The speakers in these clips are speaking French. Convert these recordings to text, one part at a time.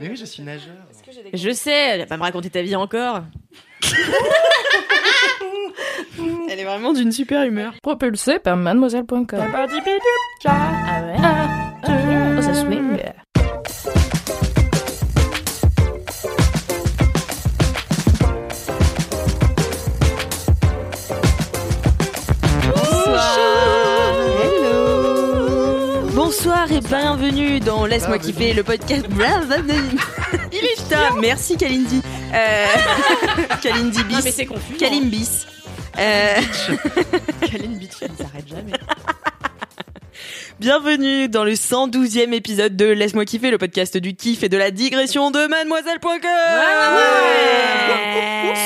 Mais oui, je suis nageur. Je sais, elle va pas me raconter ta vie encore. Elle est vraiment d'une super humeur. propulsé par mademoiselle.com. Bonsoir Bonsoir et bienvenue dans Laisse-moi Bienvenue. kiffer le podcast. Il est Putain, merci Kalindi. Euh... Kalindi bis. Non mais c'est confus. hein. Kalim bis. Euh, Kaline Bitch, elle ne s'arrête jamais. Bienvenue dans le 112e épisode de Laisse-moi kiffer, le podcast du kiff et de la digression de mademoiselle.com. Ouais.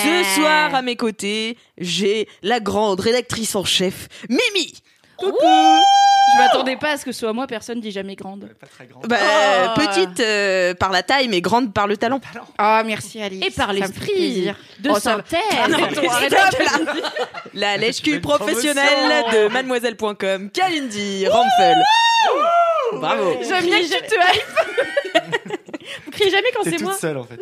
Ce soir à mes côtés, j'ai la grande rédactrice en chef, Mimi. Je m'attendais pas à ce que ce soit moi, personne dit jamais grande. Pas très grande. Bah, Oh. Petite euh, par la taille, mais grande par le talent. Ah, merci Alice. Et par Ça me fait l'esprit plaisir. de Oh, ça va. synthèse. Ah non, Arrête, arrête, stop, arrête. là. La lèche-cul Une professionnelle de mademoiselle.com, Kalindi Ramphel. Bravo. J'aime bien que je te hype. Vous criez jamais quand T'es toute c'est moi. Euh, seule en fait.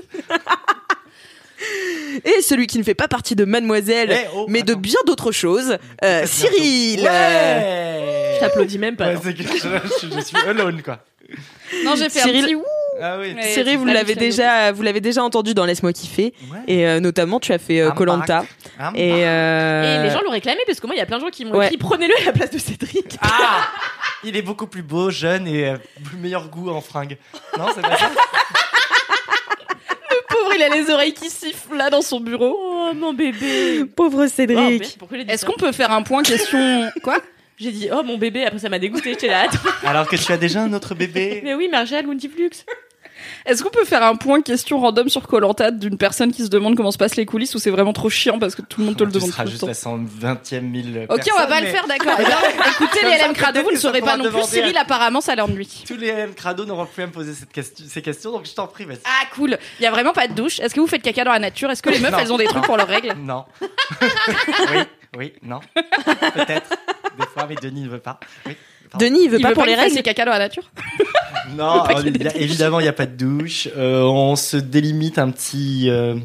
Et celui qui ne fait pas partie de mademoiselle, Eh, oh, mais de attends. bien d'autres choses, euh, Cyril. Ouais Je t'applaudis même pas. Ouais, c'est que je, je suis- je suis alone quoi. Non, j'ai fait Cyril- un petit ouh. Ah oui. Ouais. Cyril, vous Salut, l'avez salut. déjà, vous l'avez déjà entendu dans Laisse-moi kiffer. Ouais. Et euh, notamment, tu as fait Un Colanta. parc. Hein et, euh, Et les gens l'ont réclamé parce que moi, il y a plein de gens qui m'ont Ouais. dit prenez-le à la place de Cédric. Ah Il est beaucoup plus beau, jeune et euh, le meilleur goût en fringue. Non, c'est pas ça. Pauvre, il a les oreilles qui sifflent là dans son bureau. Oh mon bébé. Pauvre Oh, Cédric. merde, pourquoi j'ai dit Est-ce ça qu'on peut faire un point question Quoi J'ai dit oh mon bébé, après ça m'a dégoûté, j'étais là. Attends, Alors que tu as déjà un autre bébé. mais oui, Marjal, Lundiflux. Est-ce qu'on peut faire un point question random sur Colanta d'une personne qui se demande comment se passent les coulisses ou c'est vraiment trop chiant parce que tout le monde te le Oh, Tu demande seras tout le juste temps la 120 e 1000 Ok, on va pas le faire, d'accord. Eh bien, Écoutez Comme les ça, LM Crado, vous ne peut-être saurez que ça pourra pas non plus. demander à- Cyril, apparemment, ça l'ennuie. Tous les M crado n'auront plus à me poser cette question- ces questions, donc je t'en prie, vas-y. Ah, cool. Il y a vraiment pas de douche. Est-ce que vous faites caca dans la nature Est-ce que les meufs, Non. elles ont des trucs pour leurs règles Non. oui, oui, non. Peut-être. Des fois, mais Denis ne veut pas. Oui. pardon. Denis, il veut Il pas veut pour pas les qu'il fasse règles. des caca dans la nature Non, pas qu'il y ait il y a- des douches. évidemment, il n'y a pas de douche. Euh, on se délimite un petit, euh,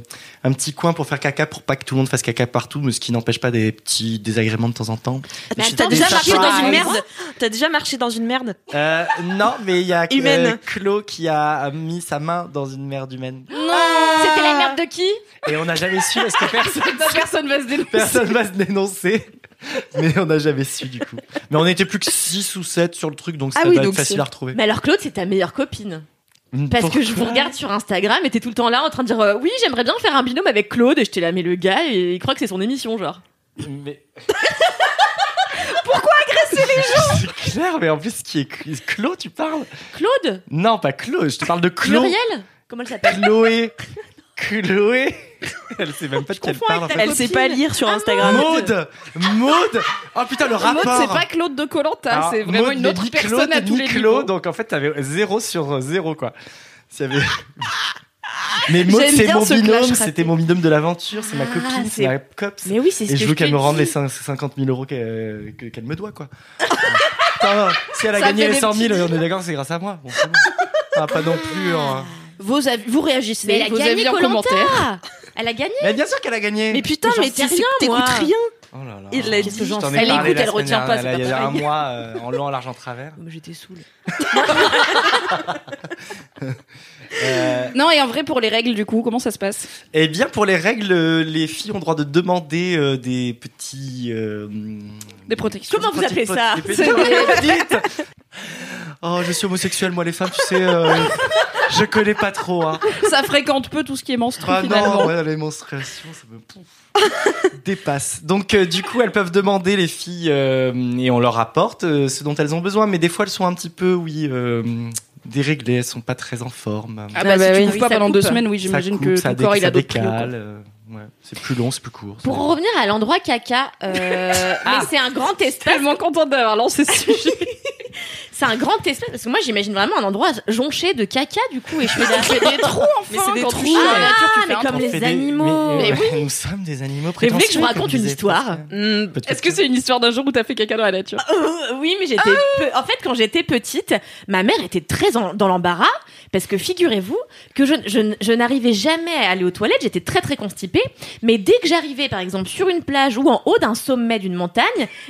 un petit coin pour faire caca pour pas que tout le monde fasse caca partout, mais ce qui n'empêche pas des petits désagréments de temps en temps. Mais J'ai t'as des déjà surprises. marché Ah, dans une merde. T'as déjà marché dans une merde. Euh, non, mais il y a euh, Humaine. Clo qui a mis sa main dans une merde humaine. Non Ah. C'était la merde de qui Et on n'a jamais su, parce que personne Personne va se dénoncer. Personne va se dénoncer. Mais on n'a jamais su du coup. Mais on était plus que 6 ou 7 sur le truc, donc Ah ça oui, va être donc facile c'est- à retrouver. Mais alors Claude, c'est ta meilleure copine. Parce que je vous regarde sur Instagram et t'es tout le temps là en train de dire euh, oui, j'aimerais bien faire un binôme avec Claude. Et je t'ai là, mais le gars, il croit que c'est son émission, genre. Mais... Pourquoi agresser les gens C'est clair, mais en plus, qui est Clo- Clo, tu parles Claude Non, pas Clo, je te parle de Clo. Pluriel Comment elle s'appelle Chloé. Chloé. Elle sait même pas de quelle confonds parle en avec fait. Elle sait pas lire sur Instagram. Maude Maude Oh putain, le rapport Maud, c'est pas Claude de Colanta, Alors, c'est vraiment Maud, une mais autre ni personne Claude, à tous ni les Claude, niveaux. donc en fait, t'avais 0 sur 0, quoi. S'il y avait- Mais Maud, J'aime c'est bien mon ce binôme, clash raté. c'était mon binôme de l'aventure, c'est ma Ah, copine, c'est c'est- ma copse. Mais oui, c'est ce Et que je veux te qu'elle me rende dis. les 5- 50 000 euros qu'elle que- qu'elle me doit, quoi. Putain, si elle a Ça gagné fait les des 100 000, petits on est d'accord, c'est grâce à moi. Bon, c'est bon. Ah, pas non plus. hein. Vos avis- vous réagissez, Mais elle a vos gagné avis en Koh-Lanta. commentaire. Elle a gagné Mais bien sûr qu'elle a gagné. Mais putain, J'en mais sais tu sais que rien, t'écoutes moi. rien. Oh là là. Il l'a dit. Je t'en ai Elle parlé écoute, la elle semaine retient pas, dernière, c'est Il y pas a un pareil. mois, euh, en long, en large, en travers. Oh, J'étais saoule. Euh, Non, et en vrai, pour les règles, du coup, comment ça se passe Eh bien, pour les règles, euh, les filles ont droit de demander euh, des petits. euh, Des protections. Comment vous appelez ça des petits- Dites Oh, je suis homosexuel, moi, les femmes, tu sais. euh, je connais pas trop, hein. Ça fréquente peu tout ce qui est menstrué, Ah finalement. non, ouais, les menstruations, ça me pouf, dépasse. Donc, euh, du coup, elles peuvent demander, les filles, euh, et on leur apporte euh, ce dont elles ont besoin. Mais des fois, elles sont un petit peu, oui, euh, déréglées, elles sont pas très en forme. Ah Ah bah, bah si oui. tu trouves pas Ça pendant coupe. deux semaines, oui, Ça j'imagine coupe, que ça ton dé- corps il ça a d'autres kilos, quoi. décale. euh, ouais. C'est plus long, c'est plus court. Pour ça- en revenir à l'endroit caca, euh, mais c'est un grand espace. Ah. Tellement contente d'avoir lancé ce sujet. C'est un grand espace parce que moi j'imagine vraiment un endroit jonché de caca du coup et je fais des, trous Mais c'est des quand trous tu dans la Ah, nature, tu fais mais un comme On trou. les fait des- animaux. mais- Mais ouais, Nous sommes des animaux Mais vous voulez prétentieux. que je vous raconte comme une disait histoire Pascal. Hmm, Peut-être Est-ce que c'est une histoire d'un jour où t'as fait caca dans la nature Euh, oui, mais j'étais. peu- En fait, quand j'étais petite, ma mère était très en- dans l'embarras parce que figurez-vous que je, je n- je n'arrivais jamais à aller aux toilettes. J'étais très très constipée, mais dès que j'arrivais, par exemple, sur une plage ou en haut d'un sommet d'une montagne,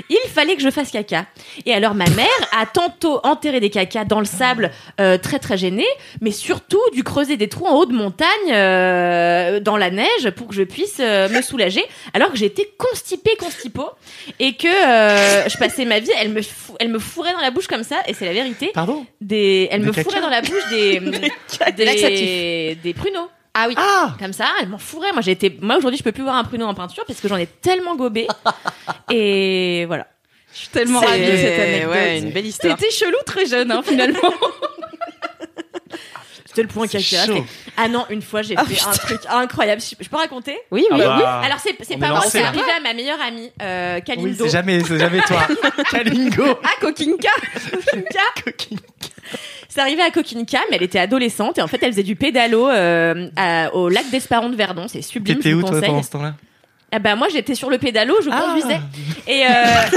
il fallait que je fasse caca. Et alors ma mère a tantôt enterré des cacas dans le sable, euh, très très gênée, mais surtout du creuser des trous en haut de montagne euh, dans la neige pour que je puisse euh, me soulager, alors que j'étais constipée constipo et que euh, je passais ma vie, elle me, fou- elle me fourrait dans la bouche comme ça, et c'est la vérité. Pardon Des, elle Des me cacas. fourrait dans la bouche des, des, laxatifs. des pruneaux. Ah oui. Ah Comme ça, elle m'en fourrait. Moi, j'ai été, moi aujourd'hui, je peux plus voir un pruneau en peinture parce que j'en ai tellement gobé. et voilà. Je suis tellement c'est- ravie de cette anecdote. Ouais, une belle histoire. C'était chelou très jeune, hein, finalement. C'était le point C'est caca. chaud. c'est- Ah non, une fois, j'ai fait un truc incroyable. Je, je peux raconter Oui, Ah oui. bah, Alors, c'est c'est on pas est moi, lancé, c'est là. arrivé à ma meilleure amie, euh, Oui, Kalindo. c'est jamais, c'est jamais toi. Kalingo ah, Coquinka C'est arrivé à Coquinca, mais elle était adolescente et en fait elle faisait du pédalo euh, à- au lac d'Esparon de Verdon. C'est sublime, je T'étais vous où toi conseille. pendant ce temps-là Ah bah moi j'étais sur le pédalo, je Ah. conduisais et euh,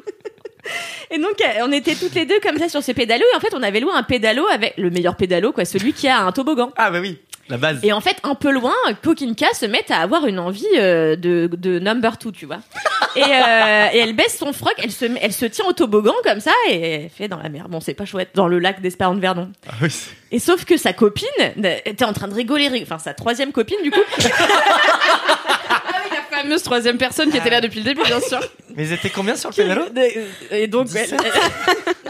et donc euh, on était toutes les deux comme ça sur ces pédalos et en fait on avait loué un pédalo avec le meilleur pédalo quoi, celui qui a un toboggan. Ah bah oui, la base. Et en fait, un peu loin, Kokinka se met à avoir une envie euh, de, de number two, tu vois. Et, euh, et elle baisse son froc, elle se, met- elle se tient au toboggan comme ça et elle fait dans la mer. Bon, c'est pas chouette, dans le lac d'Esparon de Verdon. Ah oui, c'est- Et sauf que sa copine euh, était en train de rigoler, rig- enfin sa troisième copine du coup. La fameuse troisième personne qui était là depuis le début, bien sûr. Mais ils étaient combien sur le pédalo euh, Et donc, elle-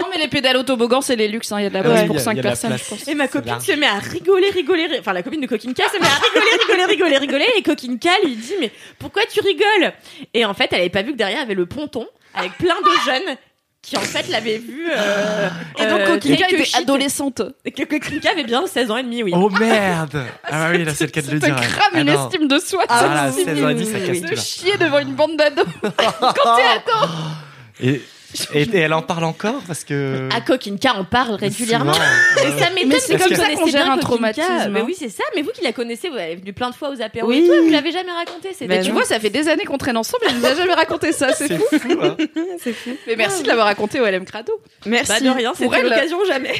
Non, mais les pédalos toboggans, c'est les luxes, hein, il y a de la Ah place oui, il pour y a- il y 5 a de la personnes, place. je pense. et ma C'est copine large. se met à rigoler, rigoler, ri- enfin la copine de Kokinka se met à rigoler, rigoler, rigoler, rigoler. Et Kokinka lui dit mais pourquoi tu rigoles Et en fait, elle avait pas vu que derrière il y avait le ponton avec plein de jeunes qui en fait l'avaient vu. euh, Et donc, euh, Coquinka quelques était shit- adolescente. Et que Kokinka avait bien 16 ans et demi, oui. Oh merde Ah bah oui, là c'est le cas de le Ça dire. te ouais. crame Ah une non. estime de soi. Ah, ça, voilà, c'est 16h10, ça nul. casse De tout, là. chier devant une bande d'ados. Quand t'es ado. Et, et, et elle en parle encore parce que. euh, À Kokinka, on parle régulièrement. Souvent, Et ouais. ça m'étonne, Mais c'est parce comme ça que vous qu'on connaissez gère bien un Kokinka. traumatisme, Mais hein. oui, c'est ça. Mais vous qui la connaissez, vous avez venu plein de fois aux apéros Oui. Bah et tout, et vous l'avez jamais raconté. C'est Mais des- Tu vois, ça fait des années qu'on traîne ensemble et je ne vous ai jamais raconté ça, c'est C'est fou. fou, hein. Mais merci de l'avoir raconté au LM Crado. Bah, Pas Merci. de rien, Pour c'était elle. l'occasion jamais.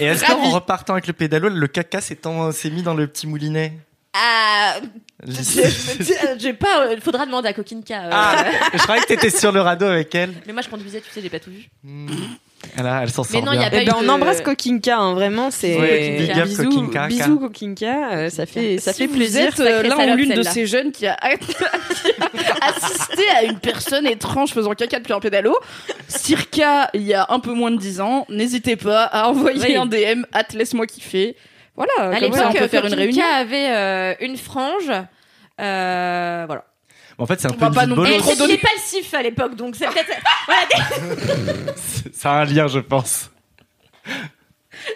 Et est-ce qu'en Ravi. repartant avec le pédalo, le caca s'est en- s'est mis dans le petit moulinet Ah, Je j'ai pas. euh, Faudra demander à Kokinka. euh, Ah, croyais que t'étais sur le radeau avec elle. Mais moi je conduisais, tu sais, j'ai pas tout vu. Hmm. Là, elle s'en Mais sort non, il y a bien. pas Eh ben, eu on de- embrasse Coquinka, hein, vraiment, c'est Ouais, big up, bisous, Coquinca, bisous Coquinca, euh, ça fait, ça Si fait vous plaisir. Bah, ah êtes, euh, sacrée l'un ou salope, l'une de celle-là. ces jeunes qui a, qui a assisté à une personne étrange faisant caca depuis un pédalo, circa il y a un peu moins de 10 ans, n'hésitez pas à envoyer Oui. un DM à laisse-moi kiffer. Voilà, À comme l'époque, ça on peut euh, faire une Kokinka réunion. avait euh, une frange. Euh, voilà. En fait, c'est un peu va une pas vie de non plus Elle bolos. trop n'était donné. pas le sif à l'époque, donc c'est peut-être. Ça a un lien, je pense.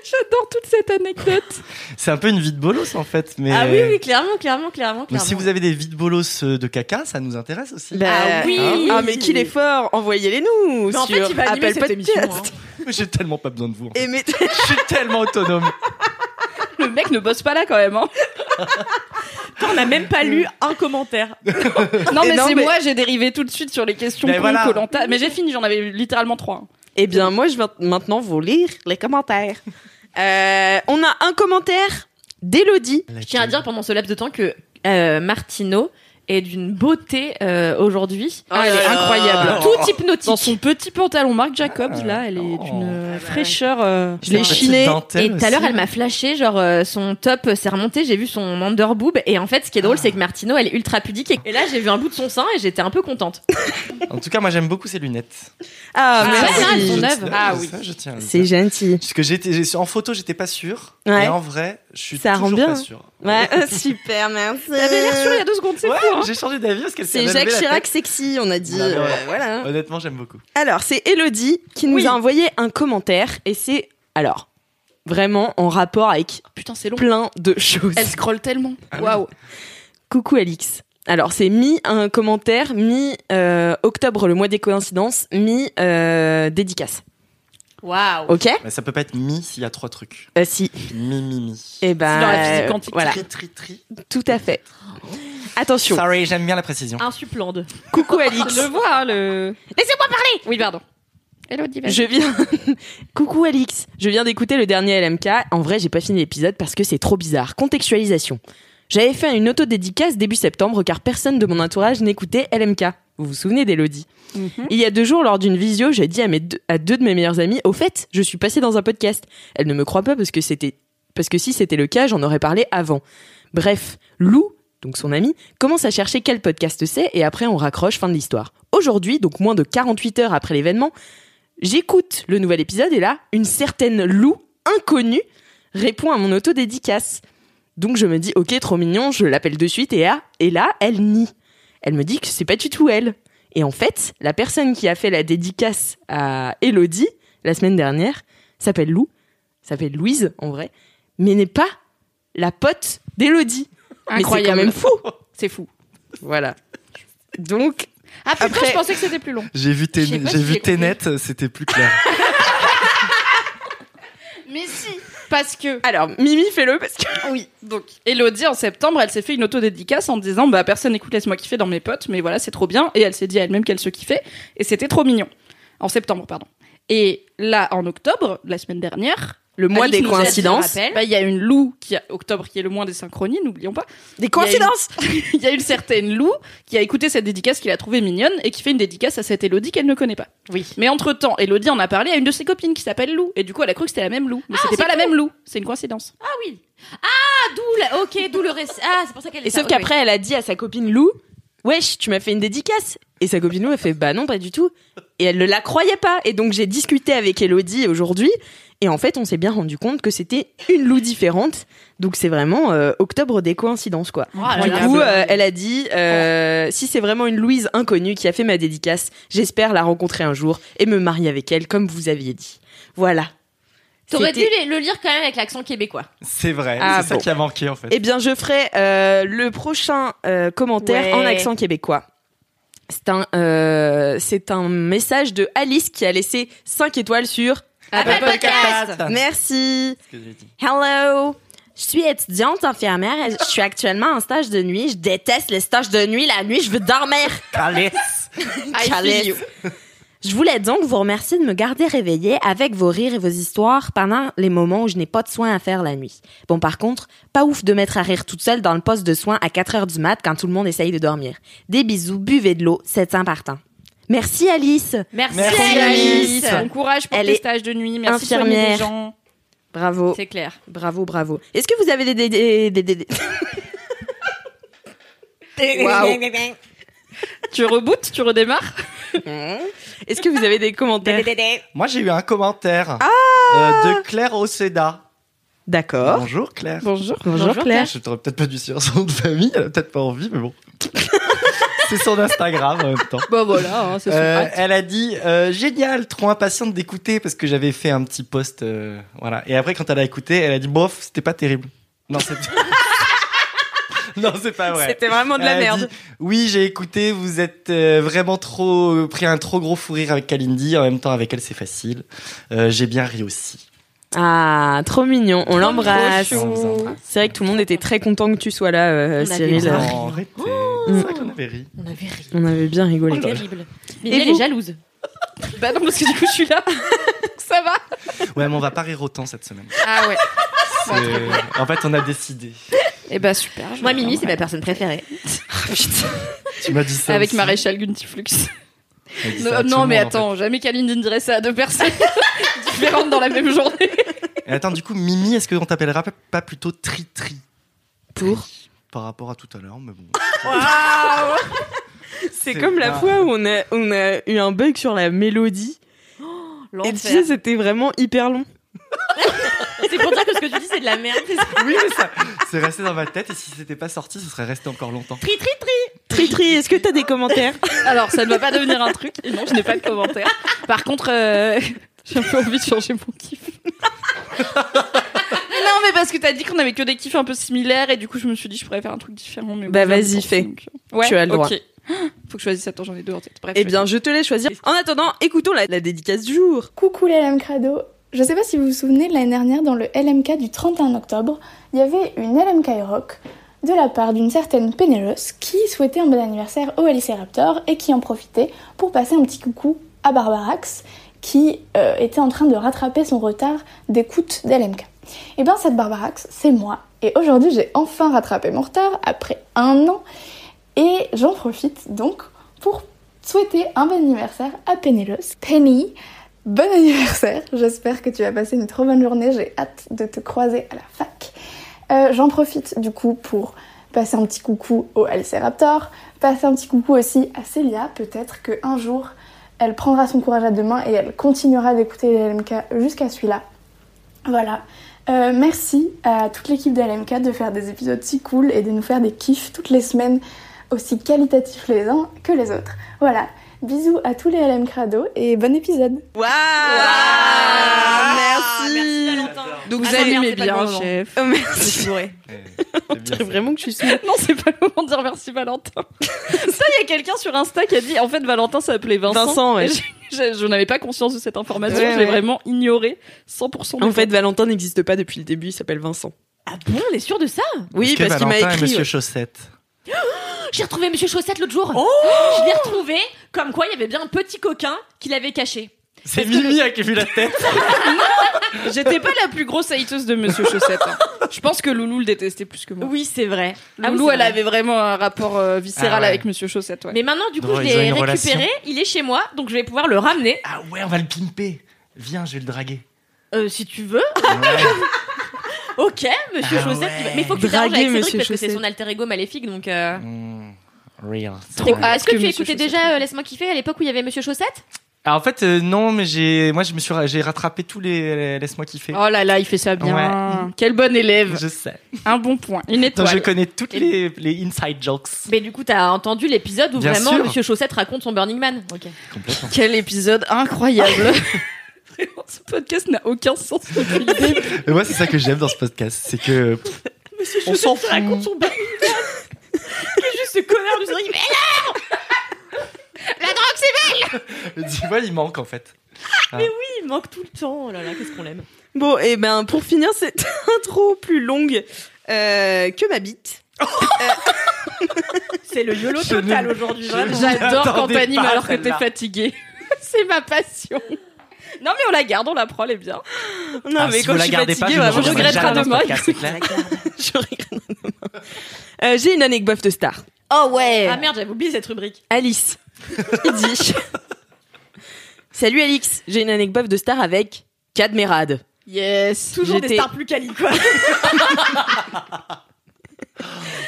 J'adore toute cette anecdote. C'est un peu une vie de bolos, en fait. Mais... Ah oui, oui, clairement, clairement, clairement. Mais clairement. si vous avez des vides bolos euh, de caca, ça nous intéresse aussi. Bah, Ah oui. Ah, mais qu'il est fort, envoyez-les nous Mais sur en fait, il va Apple annuler cette Podcast. émission. hein. J'ai tellement pas besoin de vous. hein. en fait. Et mettez- Je suis tellement autonome. Le mec ne bosse pas là quand même. hein. On n'a même pas lu un commentaire. Non, Et mais non, c'est mais- moi, j'ai dérivé tout de suite sur les questions Mais con, voilà. Koh-Lanta. Mais j'ai fini, j'en avais littéralement trois. Eh bien, moi, je vais maintenant vous lire les commentaires. Euh, on a un commentaire d'Elodie. Je tiens à dire pendant ce laps de temps que euh, Martino est d'une beauté euh, aujourd'hui. euh, Ah, elle est incroyable. Tout hypnotique. Dans son petit pantalon Marc Jacobs, Ah. là, elle est Oh. d'une euh, bah ouais. fraîcheur. euh, Je l'ai Petite chiné. dentelle Et tout à l'heure, aussi. elle m'a flashé, genre euh, son top euh, s'est remonté, j'ai vu son underboob. Et en fait, ce qui est drôle, c'est que Martino, elle est ultra pudique. Et, et là, j'ai vu un bout de son sein et j'étais un peu contente. En tout cas, moi, j'aime beaucoup ces lunettes. Ah, Ah, merci. ouais, là, elles sont Je- neuves. Ah Ah oui. oui. je tiens. à le C'est dire. gentil. Parce que j'étais j'ai- en photo, j'étais pas sûr. Ouais. Et en vrai, je suis Ça rend toujours bien, pas hein. sûr. Ouais, super, merci. T'avais l'air sûr il y a deux secondes, c'est Ouais, fou. hein. j'ai changé d'avis parce qu'elle C'est s'est Jacques levée la Chirac tête. sexy, on a dit. Non, mais euh, ouais. voilà. Honnêtement, j'aime beaucoup. Alors, c'est Elodie qui nous Oui. a envoyé un commentaire et c'est alors vraiment en rapport avec Oh, Putain, c'est long. plein de choses. Elle scrolle tellement. Waouh. Coucou Alix. Alors c'est mi un commentaire, mi euh, octobre le mois des coïncidences, mi euh, dédicace. Waouh. Ok Mais ça peut pas être mi s'il y a trois trucs. Euh, Si. Mi, mi, mi. Et ben C'est dans la physique euh, quantique. voilà, Tri, tri, tri. tout à fait. Attention. Sorry, j'aime bien la précision. Ah. Un supplande. Coucou Alix. Je le vois, hein, le. Laissez-moi parler Oui, pardon. Hello, Diva. Je viens. Coucou Alix. Je viens d'écouter le dernier LMK. En vrai, j'ai pas fini l'épisode parce que c'est trop bizarre. Contextualisation. J'avais fait une autodédicace début septembre car personne de mon entourage n'écoutait LMK. Vous vous souvenez d'Elodie Il y a deux jours, lors d'une visio, j'ai dit à, mes deux, à deux de mes meilleurs amis Au fait, je suis passée dans un podcast. Elle ne me croit pas parce que, c'était, parce que si c'était le cas, j'en aurais parlé avant. Bref, Lou, donc son ami, commence à chercher quel podcast c'est et après on raccroche, fin de l'histoire. Aujourd'hui, donc moins de 48 heures après l'événement, J'écoute le nouvel épisode et là, une certaine Lou, inconnue, répond à mon auto-dédicace. Donc je me dis, ok, trop mignon, je l'appelle de suite et, ah, et là, elle nie. Elle me dit que c'est pas du tout elle. Et en fait, la personne qui a fait la dédicace à Elodie la semaine dernière s'appelle Lou, s'appelle Louise en vrai, mais n'est pas la pote d'Elodie. Incroyable. Mais c'est quand même fou. C'est fou. Voilà. Donc, Ah putain, Après- je pensais que c'était plus long. J'ai vu tes, Je sais pas j'ai si vu j'ai tes compris. nets, c'était plus clair. Mais si, parce que. alors, Mimi, fais-le parce que. Oui, donc Elodie en septembre, elle s'est fait une autodédicace en disant bah personne n'écoute laisse-moi kiffer dans mes potes, mais voilà c'est trop bien et elle s'est dit à elle-même qu'elle se kiffait et c'était trop mignon. En septembre pardon. Et là en octobre, la semaine dernière, Le mois des Alix nous a dit, coïncidences. je rappelle, bah, il y a une Lou qui a octobre qui est le mois des synchronies, n'oublions pas. Des coïncidences Il y a une certaine Lou qui a écouté cette dédicace qu'il a trouvée mignonne et qui fait une dédicace à cette Elodie qu'elle ne connaît pas. Oui. Mais entre-temps, Elodie en a parlé à une de ses copines qui s'appelle Lou et du coup elle a cru que c'était la même Lou, mais c'était c'est pas la même Lou, c'est une coïncidence. Ah oui. Ah d'où la... ok d'où le reste. Ah c'est pour ça qu'elle. Et est sauf ça, ok. qu'après, elle a dit à sa copine Lou, wesh, tu m'as fait une dédicace. Et sa copine Lou, elle fait, bah non, pas du tout. Et elle ne la croyait pas. Et donc, j'ai discuté avec Elodie aujourd'hui. Et en fait, on s'est bien rendu compte que c'était une Lou différente. Donc, c'est vraiment euh, octobre des coïncidences, quoi. Oh là Du là. coup, euh, elle a dit euh, si c'est vraiment une Louise inconnue qui a fait ma dédicace, j'espère la rencontrer un jour et me marier avec elle, comme vous aviez dit. Voilà. T'aurais dû C'était- le- le lire quand même avec l'accent québécois. C'est vrai, Ah, c'est ça bon. qui a manqué en fait. Eh bien, je ferai euh, le prochain euh, commentaire Ouais. en accent québécois. C'est un, euh, c'est un message de Alice qui a laissé 5 étoiles sur Ah, Apple Podcast. Ah. Merci. ce que j'ai dit. Hello. Je suis étudiante infirmière. et Je suis actuellement en stage de nuit. Je déteste les stages de nuit. La nuit, je veux dormir. Calisse. Calais. Je voulais donc vous remercier de me garder réveillée avec vos rires et vos histoires pendant les moments où je n'ai pas de soins à faire la nuit. Bon, par contre, pas ouf de mettre à rire toute seule dans le poste de soins à 4 heures du mat quand tout le monde essaye de dormir. Des bisous, buvez de l'eau, 700 partant. Merci Alice. Merci, Merci, Alice. Alice. Bon courage pour Elle tes est stages de nuit, merci de soigner infirmière. les gens. Bravo. C'est clair. Bravo, bravo. Est-ce que vous avez des... des, des, des- des- Tu rebootes, tu redémarres. Est-ce que vous avez des commentaires Moi j'ai eu un commentaire Ah. euh, de Claire Oceda. D'accord. Bonjour Claire. Bonjour. Bonjour Claire. Je t'aurais peut-être pas dû sur son nom de famille, elle a peut-être pas envie, mais bon. c'est son Instagram en même temps. Bah voilà, hein, c'est son Euh, acte. elle a dit euh, génial, trop impatiente d'écouter parce que j'avais fait un petit post, euh, voilà. Et après quand elle a écouté, elle a dit bof, c'était pas terrible. Non, c'est non, c'est pas vrai. C'était vraiment de la Elle a merde. dit, oui, j'ai écouté, vous êtes euh, vraiment trop euh, pris un trop gros fou rire avec Kalindi, en même temps avec elle c'est facile. Euh, j'ai bien ri aussi. Ah, trop mignon. On l'embrasse. On vous embrasse. Ah, C'est vrai que tout le monde était très content que tu sois là, euh, On avait Cyril. bien Non, arrêtez. C'est vrai qu'on avait ri. On avait ri. On avait bien rigolé. Oh là là. Terrible. Mais elle vous est jalouse. Bah non, parce que du coup, je suis là. Ça va Ouais, mais on va pas rire autant cette semaine. Ah ouais. C'est- En fait, on a décidé. Et bah super. je- Moi, Mimi, c'est ma personne préférée. Oh, Tu m'as dit ça. Avec aussi. Maréchal Tu Guntiflux. m'as dit ça à Non, tout non, le mais monde, en attends, jamais Kalindi ne dirait ça à deux personnes différentes dans la même journée. fait. Et attends, du coup, Mimi, est-ce qu'on t'appellera pas- pas plutôt Tri Tri Pour par rapport à tout à l'heure Mais bon. C'est C'est comme la pas- fois où on a, on a eu un bug sur la mélodie. Et tu sais, c'était vraiment hyper long. C'est pour dire que ce que tu dis, c'est de la merde. Oui, mais ça, c'est resté dans ma tête et si c'était pas sorti, ce serait resté encore longtemps. Tri, tri, tri. Tri Tri, est-ce que t'as des commentaires Alors, ça ne va pas devenir un truc. Et non, je n'ai pas de commentaire. Par contre, euh, j'ai un peu envie de changer mon kiff. parce que t'as dit qu'on avait que des kiffs un peu similaires et du coup je me suis dit je pourrais faire un truc différent. Mais Bah, bon, vas-y, j'en fais. pense, donc. euh, Ouais, Tu as le droit. ok. Faut que je choisisse. Attends, j'en ai deux en tête. Bref. Eh bien, je te laisse choisir. En attendant, écoutons la, la dédicace du jour. Coucou les LM Crado Je sais pas si vous vous souvenez, l'année dernière, dans le LMK du 31 octobre, il y avait une LMK rock de la part d'une certaine Pénélos qui souhaitait un bon anniversaire au Raptor et qui en profitait pour passer un petit coucou à Barbarax qui euh, était en train de rattraper son retard d'écoute d'LMK. Et bien Eh ben, cette Barbarax, c'est moi. Et aujourd'hui, j'ai enfin rattrapé mon retard après un an. Et j'en profite donc pour souhaiter un bon anniversaire à Pénélos. Penny, Bon anniversaire, j'espère que tu as passé une trop bonne journée, j'ai hâte de te croiser à la fac. Euh, J'en profite du coup pour passer un petit coucou au Raptor, passer un petit coucou aussi à Célia, peut-être que un jour elle prendra son courage à deux mains et elle continuera d'écouter les LMK jusqu'à celui-là. Voilà. Euh, merci à toute l'équipe de LMK de faire des épisodes si cool et de nous faire des kiffs toutes les semaines, aussi qualitatifs les uns que les autres. Voilà. Bisous à tous les LM Crado et bon épisode Waouh Ah, Merci. Donc vous Attends, merde, allumez Ah, c'est pas bien, le moment. chef. Oh, merci. Eh, C'est bien. Vraiment que tu suis. Non, c'est pas le moment de dire merci Valentin. Ça, il y a quelqu'un sur Insta qui a dit en fait Valentin s'appelait Vincent. Vincent, ouais. Et je- Je, je n'avais pas conscience de cette information, Ouais, je l'ai ouais. vraiment ignorée 100%. En fait, Valentin n'existe pas depuis le début, il s'appelle Vincent. Ah bon, on est sûr de ça Oui, que parce qu'il m'a Valentin et écrit. Monsieur ouais. Chaussette. J'ai retrouvé Monsieur Chaussette l'autre jour. Oh je l'ai retrouvé comme quoi il y avait bien un petit coquin qui l'avait caché. C'est Mimi hein, qui a vu la tête. j'étais pas la plus grosse hateuse de Monsieur Chaussette. hein. Je pense que Loulou le détestait plus que moi. Oui, c'est vrai. Ah oui, Loulou, c'est elle vrai. avait vraiment un rapport euh, viscéral Ah ouais. avec Monsieur Chaussette. Ouais. Mais maintenant, du coup, Non, je ils ont l'ai une récupéré. Il est chez moi, donc je vais pouvoir le ramener. Ah ouais, on va le pimper. Viens, je vais le draguer. Euh, si tu veux. Ok, Monsieur Ah Chaussette. ouais. Mais il faut que tu t'arranges Draguer avec Cédric Monsieur parce que c'est Chaussette. son alter ego maléfique, donc. euh, Mmh, real. Trop T'écoutes- Bah, Est-ce que, tu Monsieur écoutais Chaussette. déjà euh, Laisse-moi kiffer à l'époque où il y avait Monsieur Chaussette Ah, en fait, euh, non, mais j'ai, moi, je me suis, ra- j'ai rattrapé tous les, les- laisse-moi kiffer. Oh là là, il fait ça bien. Quel bon élève. Je sais. Un bon point. Une Donc, je étoile. connais toutes les, les inside jokes. Mais du coup, t'as entendu l'épisode où Bien vraiment sûr. Monsieur Chaussette raconte son Burning Man. Ok. Quel épisode incroyable. Vraiment, ce podcast n'a aucun sens. Mais moi, c'est ça que j'aime dans ce podcast, c'est que pff, on s'en fout. raconte son Burning Man. C'est juste ce connard du Cédric. Tu vois, il manque en fait. Il manque tout le temps. Oh là là, qu'est-ce qu'on l'aime. Bon, et ben pour finir cette intro plus longue euh, que ma bite. C'est le YOLO Je ne- total aujourd'hui, je- vraiment. J'adore quand J'attendais t'animes pas alors que t'es celle-là. fatigué. C'est ma passion. Non mais on la garde, on la prend, elle est bien. Non, Ah, mais si vous quand je la suis gardez fatiguée, pas, je vraiment, vous je regarderai regretterai jamais dans ce demain. podcast, c'est clair. Je regretterai demain. Euh, J'ai une anecdote de star. Oh ouais. Ah merde, j'avais oublié cette rubrique. Alice qui dit Salut Alix, j'ai une anecdote de star avec Cadmerade. Yes. Toujours des J'étais- stars plus quali, quoi.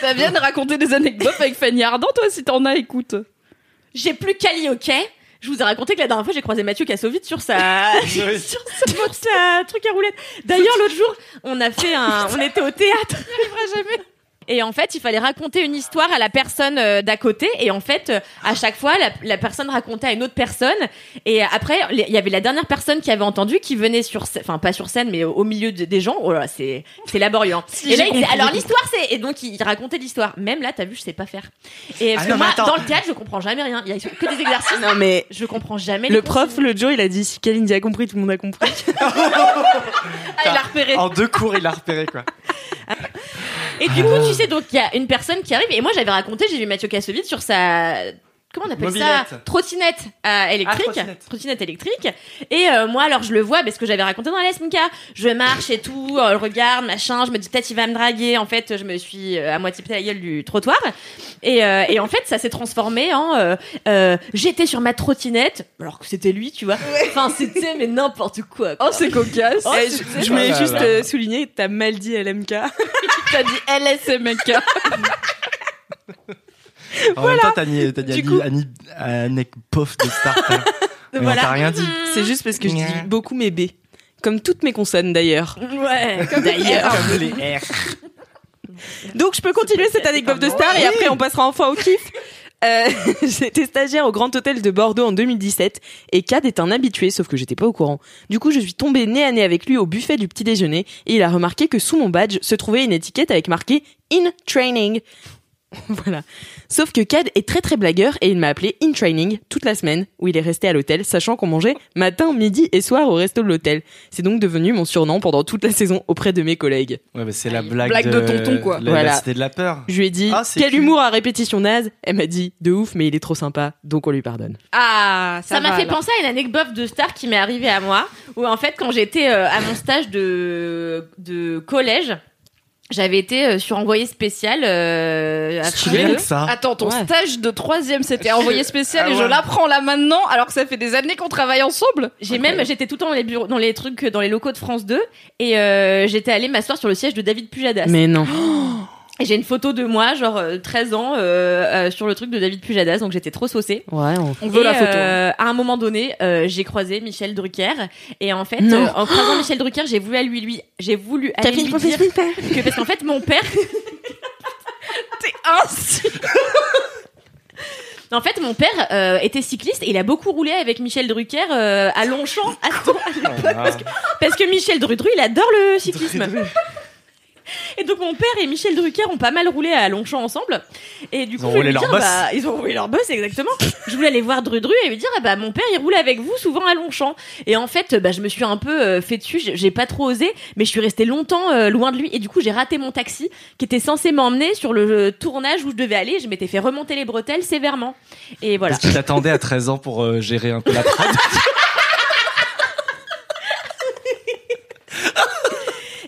T'as bien de raconter des anecdotes avec Fanny Ardant, toi, si t'en as, écoute. J'ai plus quali, ok je vous ai raconté que la dernière fois j'ai croisé Mathieu Kassovitz sur sa sur sa, sur sa euh, truc à roulettes. D'ailleurs l'autre jour on a fait un on était au théâtre. jamais. Et en fait il fallait raconter une histoire à la personne euh, d'à côté et en fait euh, à chaque fois la, la personne racontait à une autre personne et après les- il y avait la dernière personne qui avait entendu qui venait sur scè- enfin pas sur scène mais au, au milieu de- des gens oh là c'est c'est laborieux. hein. Si, et là j'ai il disait compris. alors l'histoire c'est et donc il racontait l'histoire. Même là t'as vu je sais pas faire. Et parce non, mais que moi attends. dans le théâtre je comprends jamais rien. Il y a que des exercices. Non mais Je comprends jamais. les le prof consignes. le jour il a dit si Kalindi a compris tout le monde a compris. Ah, il l'a repéré. En deux cours, il l'a repéré quoi. Et du coup, tu sais, donc il y a une personne qui arrive. Et moi, j'avais raconté, j'ai vu Mathieu Kassovitz sur sa. Comment on appelle ça Mobilette. Trottinette euh, électrique. Ah, trottinette. électrique. Et euh, moi, alors, je le vois, parce que j'avais raconté dans la SMK. Je marche et tout, euh, regarde, machin. Je me dis, peut-être il va me draguer. En fait, je me suis euh, à moitié pété la gueule du trottoir. Et, euh, et en fait, ça s'est transformé en euh, euh, j'étais sur ma trottinette, alors que c'était lui, tu vois. Enfin, c'était, mais n'importe quoi. quoi. Oh, c'est cocasse. Oh, Eh, c'est- Ah. je je voulais Oh là juste là. euh, souligner, t'as mal dit LMK. T'as dit LSMK. En même temps, t'as dit, t'as dit Du Annie- coup- Annie- Annec Poff de Star. hein. Mais on Voilà. t'a rien dit. C'est juste parce que je dis Nya. beaucoup mes B. Comme toutes mes consonnes d'ailleurs. Ouais, comme Ah, d'ailleurs. Comme les R. Donc je peux continuer cette anecdote de star et après on passera enfin au kiff. Euh, j'étais stagiaire au Grand Hôtel de Bordeaux en 2017 et Cad est un habitué, sauf que j'étais pas au courant. Du coup, je suis tombée nez à nez avec lui au buffet du petit déjeuner et il a remarqué que sous mon badge se trouvait une étiquette avec marqué In Training. voilà. Sauf que Cad est très très blagueur et il m'a appelé In Training toute la semaine où il est resté à l'hôtel, sachant qu'on mangeait matin, midi et soir au resto de l'hôtel. C'est donc devenu mon surnom pendant toute la saison auprès de mes collègues. Ouais, mais c'est la blague, blague de tonton, quoi. la- la Voilà. cité de la peur. Je lui ai dit Ah, c'est quel cute. humour à répétition naze. Elle m'a dit de ouf, mais il est trop sympa, donc on lui pardonne. Ah, Ça m'a va, fait alors. penser à une anecdote de star qui m'est arrivée à moi, où en fait, quand j'étais euh, à mon stage de, de collège, j'avais été euh, sur envoyé spécial euh, à Stylé, France deux. ça. Attends, ton Ouais. stage de troisième, c'était envoyé spécial Ah et je ouais. l'apprends là maintenant, alors que ça fait des années qu'on travaille ensemble. J'ai même, j'étais tout le temps dans les bureaux, dans les trucs, dans les locaux de France 2, et euh, j'étais allée m'asseoir sur le siège de David Pujadas. Mais non. Et j'ai une photo de moi, genre euh, 13 ans, euh, euh, sur le truc de David Pujadas, donc j'étais trop saucée. Ouais, On veut Et, la photo. hein. euh, à un moment donné, euh, j'ai croisé Michel Drucker, et en fait, Non. euh, en croisant Michel Drucker, j'ai voulu à lui, lui, j'ai voulu aller lui dire que parce qu'en fait, mon père, en fait, mon père euh, était cycliste et il a beaucoup roulé avec Michel Drucker euh, à Longchamp, à Ston- parce que Michel Drudru, il adore le cyclisme. Et donc mon père et Michel Drucker ont pas mal roulé à Longchamp ensemble. Et du Ils coup, ont je roulé voulais lui leur dire, bosse. bah, ils ont roulé leur boss exactement. je voulais aller voir Drudru et lui dire, ah bah mon père, il roule avec vous souvent à Longchamp. Et en fait, bah, je me suis un peu euh, fait dessus. J'ai j'ai pas trop osé, mais je suis restée longtemps euh, loin de lui. Et du coup, j'ai raté mon taxi qui était censé m'emmener sur le euh, tournage où je devais aller. Je m'étais fait remonter les bretelles sévèrement. Et voilà. Parce qu'il t'attendait à 13 ans pour euh, gérer un peu la prod.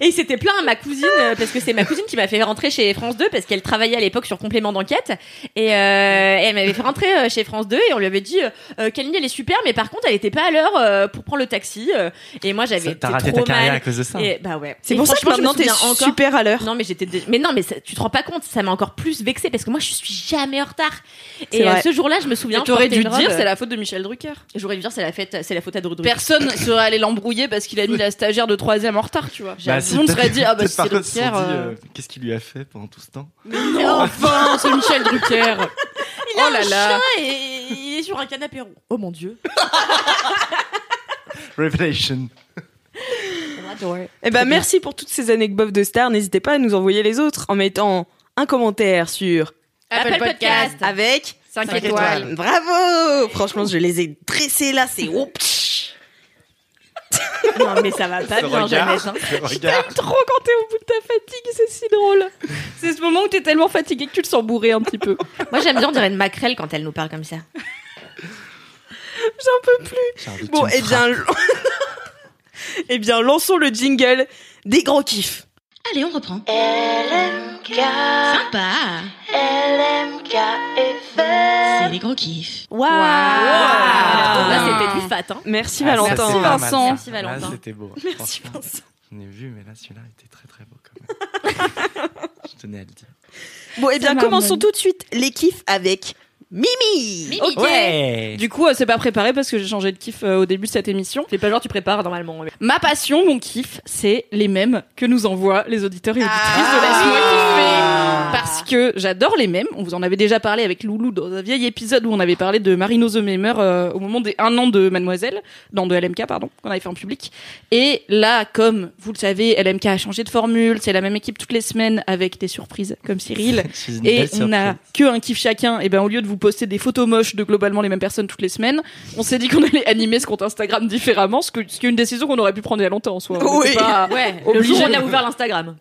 Et il s'était plaint à ma cousine, euh, parce que c'est ma cousine qui m'a fait rentrer chez France 2, parce qu'elle travaillait à l'époque sur complément d'enquête. Et, euh, et elle m'avait fait rentrer euh, chez France 2, et on lui avait dit, euh, euh, Kalindi, elle est super, mais par contre, elle était pas à l'heure euh, pour prendre le taxi. euh. et moi, j'avais Ça, été T'as trop raté ta carrière à mal. cause de ça. Et, bah ouais. C'est Et pour ça que franchement, je me maintenant t'es souviens encore- super à l'heure. Non mais j'étais dé- mais non mais ça- tu te rends pas compte ça m'a encore plus vexée parce que moi je suis jamais en retard C'est et euh, vrai. ce jour-là je me Et souviens t'aurais porter dû une robe, dire, c'est euh, la faute de Michel Drucker. j'aurais dû dire c'est la fête euh, c'est la faute à Dodo Personne serait allé l'embrouiller parce qu'il a mis la stagiaire de troisième en retard, tu vois. Bah, Tout si, le monde peut-être- serait dit, ah bah peut-être si par c'est contre, ils se Drucker. sont dit, euh, euh, Qu'est-ce qu'il lui a fait pendant tout ce temps Enfin, c'est Michel Drucker. il a Oh là un là. chien et il est sur un canapé rond oh mon dieu Revelation. Eh ben merci pour toutes ces anecdotes de stars. N'hésitez pas à nous envoyer les autres en mettant un commentaire sur Apple Podcast. avec 5 cinq Bravo Franchement, je les ai dressés là, c'est Non, mais ça va pas Ce bien, regard. Jeannette. hein. Je regarde. Trop quand t'es au bout de ta fatigue, c'est si drôle. C'est ce moment où t'es tellement fatigué que tu le sens bourré un petit peu. Moi, j'aime bien, on dirait une maquerelle quand elle nous parle comme ça. J'ai envie que Bon, tu me eh bien, eh bien, lançons le jingle des grands kiffs. Allez, on reprend. LMK, Sympa. LMK FM. les gros kiffs. Waouh. Waouh. Ah. Là, c'était du fat, hein. Merci Ah, ça, Valentin. c'est pas mal, Vincent. ça. Merci, Valentin. Là, c'était beau. Merci Franchement, Vincent. On est vu, mais là, celui-là était très très beau quand même. Je tenais à le dire. Bon, eh bien, Ça commençons marmonne. tout de suite les kiffs avec Mimi. Mimi. Ok. Du coup, euh, c'est pas préparé parce que j'ai changé de kiff euh, au début de cette émission. C'est pas genre tu prépares normalement. mais- Ma passion, mon kiff, c'est les mêmes que nous envoient les auditeurs et auditrices Ah. de Laisse-moi kiffer. Parce que j'adore les mêmes. On vous en avait déjà parlé avec Loulou dans un vieil épisode où on avait parlé de Marino The Memer euh, au moment des un an de Mademoiselle, dans de LMK, pardon, qu'on avait fait en public. Et là, comme vous le savez, LMK a changé de formule. C'est la même équipe toutes les semaines avec des surprises comme Cyril. C'est une et belle on a surprise. que un kiff chacun, et ben au lieu de vous poster des photos moches de globalement les mêmes personnes toutes les semaines, on s'est dit qu'on allait animer ce compte Instagram différemment, ce, que, ce qui est une décision qu'on aurait pu prendre il y a longtemps en soi. hein. On Oui. était pas- Ouais, le Obligé. jour où on a ouvert l'Instagram.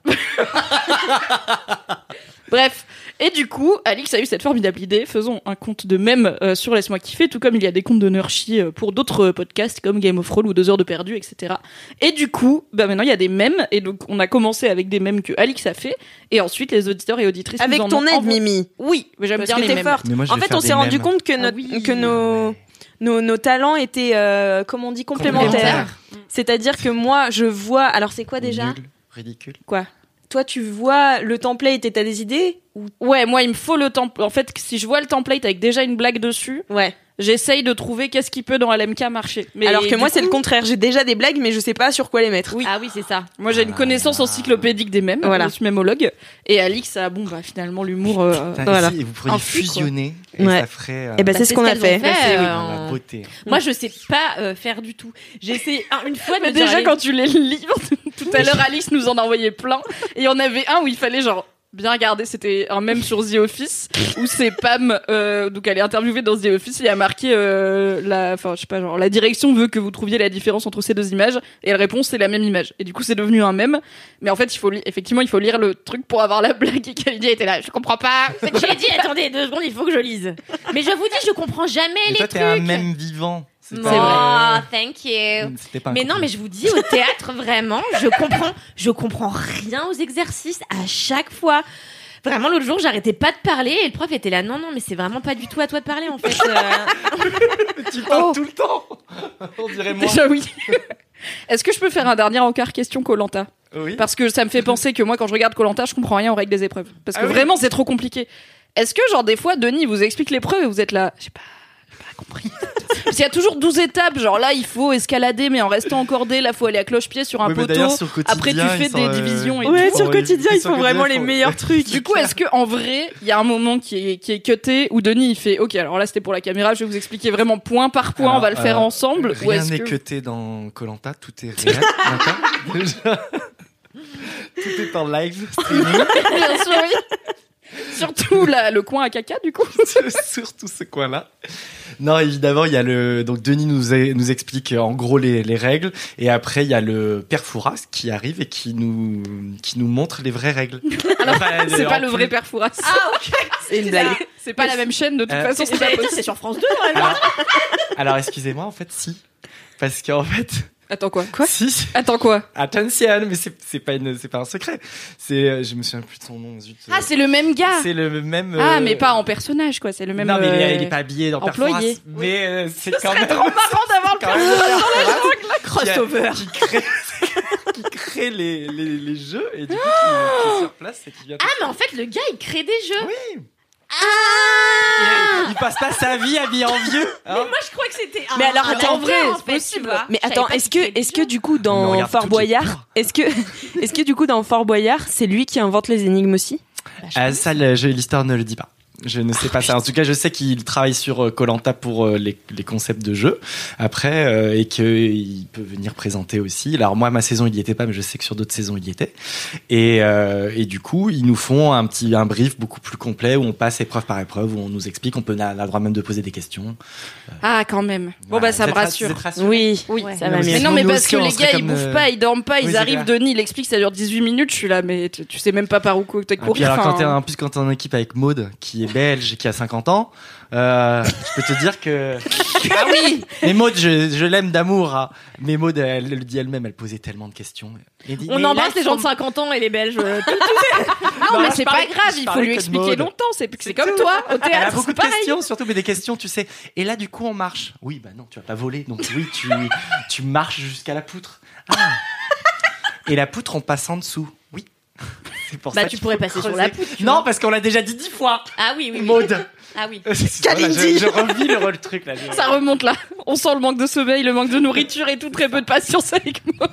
Bref, et du coup, Alix a eu cette formidable idée, faisons un compte de même euh, sur Laisse-moi kiffer, tout comme il y a des comptes de Nurshi euh, pour d'autres euh, podcasts comme Game of Roll ou Deux heures de perdu, etc. Et du coup, bah maintenant il y a des mèmes, et donc on a commencé avec des mèmes que Alix a fait, et ensuite les auditeurs et auditrices Avec nous en ton ont aide, envoyé- Mimi. Oui, mais j'aime Parce bien que les Ah t'es mèmes. forte. Mais moi, je En vais fait, faire on des s'est rendu mèmes. compte que, notre- que nos, nos, nos talents étaient, euh, comment on dit, complémentaires. Complémentaires. C'est-à-dire que moi, je vois. Alors, c'est quoi déjà Nul, ridicule. Quoi toi, tu vois le template et t'as des idées Ouais, moi, il me faut le template. En fait, si je vois le template avec déjà une blague dessus, ouais. j'essaye de trouver qu'est-ce qui peut dans LMK marcher. Mais Alors que du moi, c'est coup, le contraire. J'ai déjà des blagues, mais je sais pas sur quoi les mettre. Oui. Ah oui, c'est ça. Moi, j'ai une connaissance encyclopédique des mèmes. Voilà. Je suis mémologue. Et Alix a, bon, bah, finalement, l'humour. euh, Putain, voilà. ici, et vous pourriez Un flux, quoi. fusionner et Ouais. ça ferait Eh euh, Et ben, Bah, Bah, c'est ce qu'on a qu'elles fait. ont fait, oui, euh, dans la en- beauté. Moi, je sais pas euh, faire du tout. J'ai essayé un- une fois de Mais me dire, déjà, allez, quand tu les lis, tout à l'heure, Alice nous en a envoyé plein. Et on avait un où il fallait, genre, bien regarder. C'était un même sur The Office, où c'est Pam, euh, donc elle est interviewée dans The Office, et il y a marqué, euh, la, enfin, je sais pas, genre, la direction veut que vous trouviez la différence entre ces deux images. Et elle répond, c'est la même image. Et du coup, c'est devenu un même. Mais en fait, il faut, li- effectivement, il faut lire le truc pour avoir la blague. Et Khalidi était là, je comprends pas. j'ai dit, attendez deux secondes, il faut que je lise. Mais je vous dis, je comprends jamais Mais les toi, trucs. t'es un mème vivant. C'est Non, pas- Ah, thank you. euh, c'était pas un Mais non, mais compliment. je vous dis, au théâtre, vraiment, je comprends, je comprends rien aux exercices à chaque fois. Vraiment, l'autre jour, j'arrêtais pas de parler et le prof était là, non, non, mais c'est vraiment pas du tout à toi de parler, en fait. Euh, Tu parles tout le temps On dirait moi. Oh. Déjà, oui. Est-ce que je peux faire un dernier encart question Colanta Oui. Parce que ça me fait penser que moi, quand je regarde Colanta, je comprends rien aux règles des épreuves. Parce que Ah oui. vraiment, c'est trop compliqué. Est-ce que, genre, des fois, Denis vous explique l'épreuve et vous êtes là, j'ai pas, j'ai pas compris. Parce qu'il y a toujours 12 étapes, genre là, il faut escalader, mais en restant encordé, là, faut aller à cloche-pied sur un Oui, mais poteau. d'ailleurs, sur Quotidien, Après, tu fais ils sont, des euh, divisions et Ouais, tout. sur Oh, quotidien, ils ils sont font vraiment quotidien, les faut- meilleurs trucs. Du coup, est-ce que en vrai, il y a un moment qui est, qui est cuté où Denis il fait OK, alors là c'était pour la caméra, je vais vous expliquer vraiment point par point, Alors, on va le faire euh, ensemble ou Rien est-ce n'est que- cuté dans Colanta, tout est réel. d'accord Déjà. Tout est en live streaming. Bien sûr, oui. Surtout la- le coin à caca, du coup. surtout ce coin-là. Non, évidemment, il y a le. Donc, Denis nous, a- nous explique euh, en gros les, les règles. Et après, il y a le père Fouras qui arrive et qui nous, qui nous montre les vraies règles. Enfin, Ah, C'est en pas le plus- vrai père Fouras. Ah, C'est une blague. c'est pas la même chaîne, de toute Euh, façon, c'est pas possible. c'est sur France 2, vraiment. Alors, alors, excusez-moi, en fait, si. Parce qu'en fait. Attends quoi Quoi Si, si. Attends quoi Attention, mais c'est c'est pas, une- c'est pas un secret. C'est, euh, je me souviens plus de son nom. zut. Ah, c'est le même gars C'est le même. Ah, euh, mais pas en personnage, quoi, c'est le même... non, mais il est- euh, il est pas habillé dans Père employé. Fouras, Mais euh, c'est Ce quand serait même. trop marrant d'avoir quand le père même Fouras. qui a- Crossover. Qui crée, qui crée les, les, les jeux et du coup qui, qui est sur place et qui vient. Ah, mais en fait, le gars, il crée des jeux. Oui. Ah Il passe pas sa vie habillé en vieux. hein. Moi, Ah, je crois que c'était un. Mais alors, un attends, acteur, en vrai, en c'est fait, possible. tu vois. Mais Je savais attends, pas est-ce qu'il que, crée est-ce des que du coup Mais on dans regarde Fort toutes les Boyard, est-ce que, est-ce que du coup dans Fort Boyard, c'est lui qui invente les énigmes aussi Euh, ça, le jeu l'histoire ne le dit pas. Je ne sais pas ça. En tout cas, je sais qu'il travaille sur Colanta pour euh, les, les concepts de jeu après euh, et qu'il peut venir présenter aussi. Alors moi, ma saison, il y était pas, mais je sais que sur d'autres saisons, il y était. Et, euh, et du coup, ils nous font un petit un brief beaucoup plus complet où on passe épreuve par épreuve, où on nous explique, on peut on a le droit même de poser des questions. Ah, quand même. Bon, Voilà. bah, Vous ça me êtes ra- rassure. vous êtes rassurés Oui. Oui. Ça va Mais mieux. non, mais Nous parce aussi, que on les serait gars, comme, ils bouffent euh, pas, ils dorment pas, oui, ils c'est arrivent, clair. Denis, il explique, ça dure 18 minutes, je suis là, mais tu, tu sais même pas par où cou- t'as Et couru. puis alors, quand enfin, t'es en plus quand t'es en équipe avec Maude qui est belge et qui a 50 ans, euh, je peux te dire que ah oui. Mais Maude, je, je l'aime d'amour, hein. mais Maude, elle, le dit elle-même, elle posait tellement de questions. Elle dit, On mais embrasse là, les gens de 50 ans et les Belges. euh, Non, mais je c'est pas parlais- grave, je il faut parlais lui que de expliquer mode. longtemps, c'est c'est C'est comme tout. toi, au Elle a théâtre, beaucoup c'est de pareil. questions, surtout mais des questions, tu sais. Et là, du coup, on marche. Oui, bah non, tu vas pas voler, donc oui, tu tu marches jusqu'à la poutre. Ah. Et la poutre, on passe en dessous. Oui. C'est pour Bah, ça tu qu'il pourrais faut passer sur creuser. la poutre. tu Non, vois. parce qu'on l'a déjà dit dix fois. Ah oui, oui. oui. Maude. Ah oui. Excusez-moi, là, Euh, je, je revis le, le truc là. Ça remonte là. On sent le manque de sommeil, le manque de nourriture et tout, très peu de patience avec moi.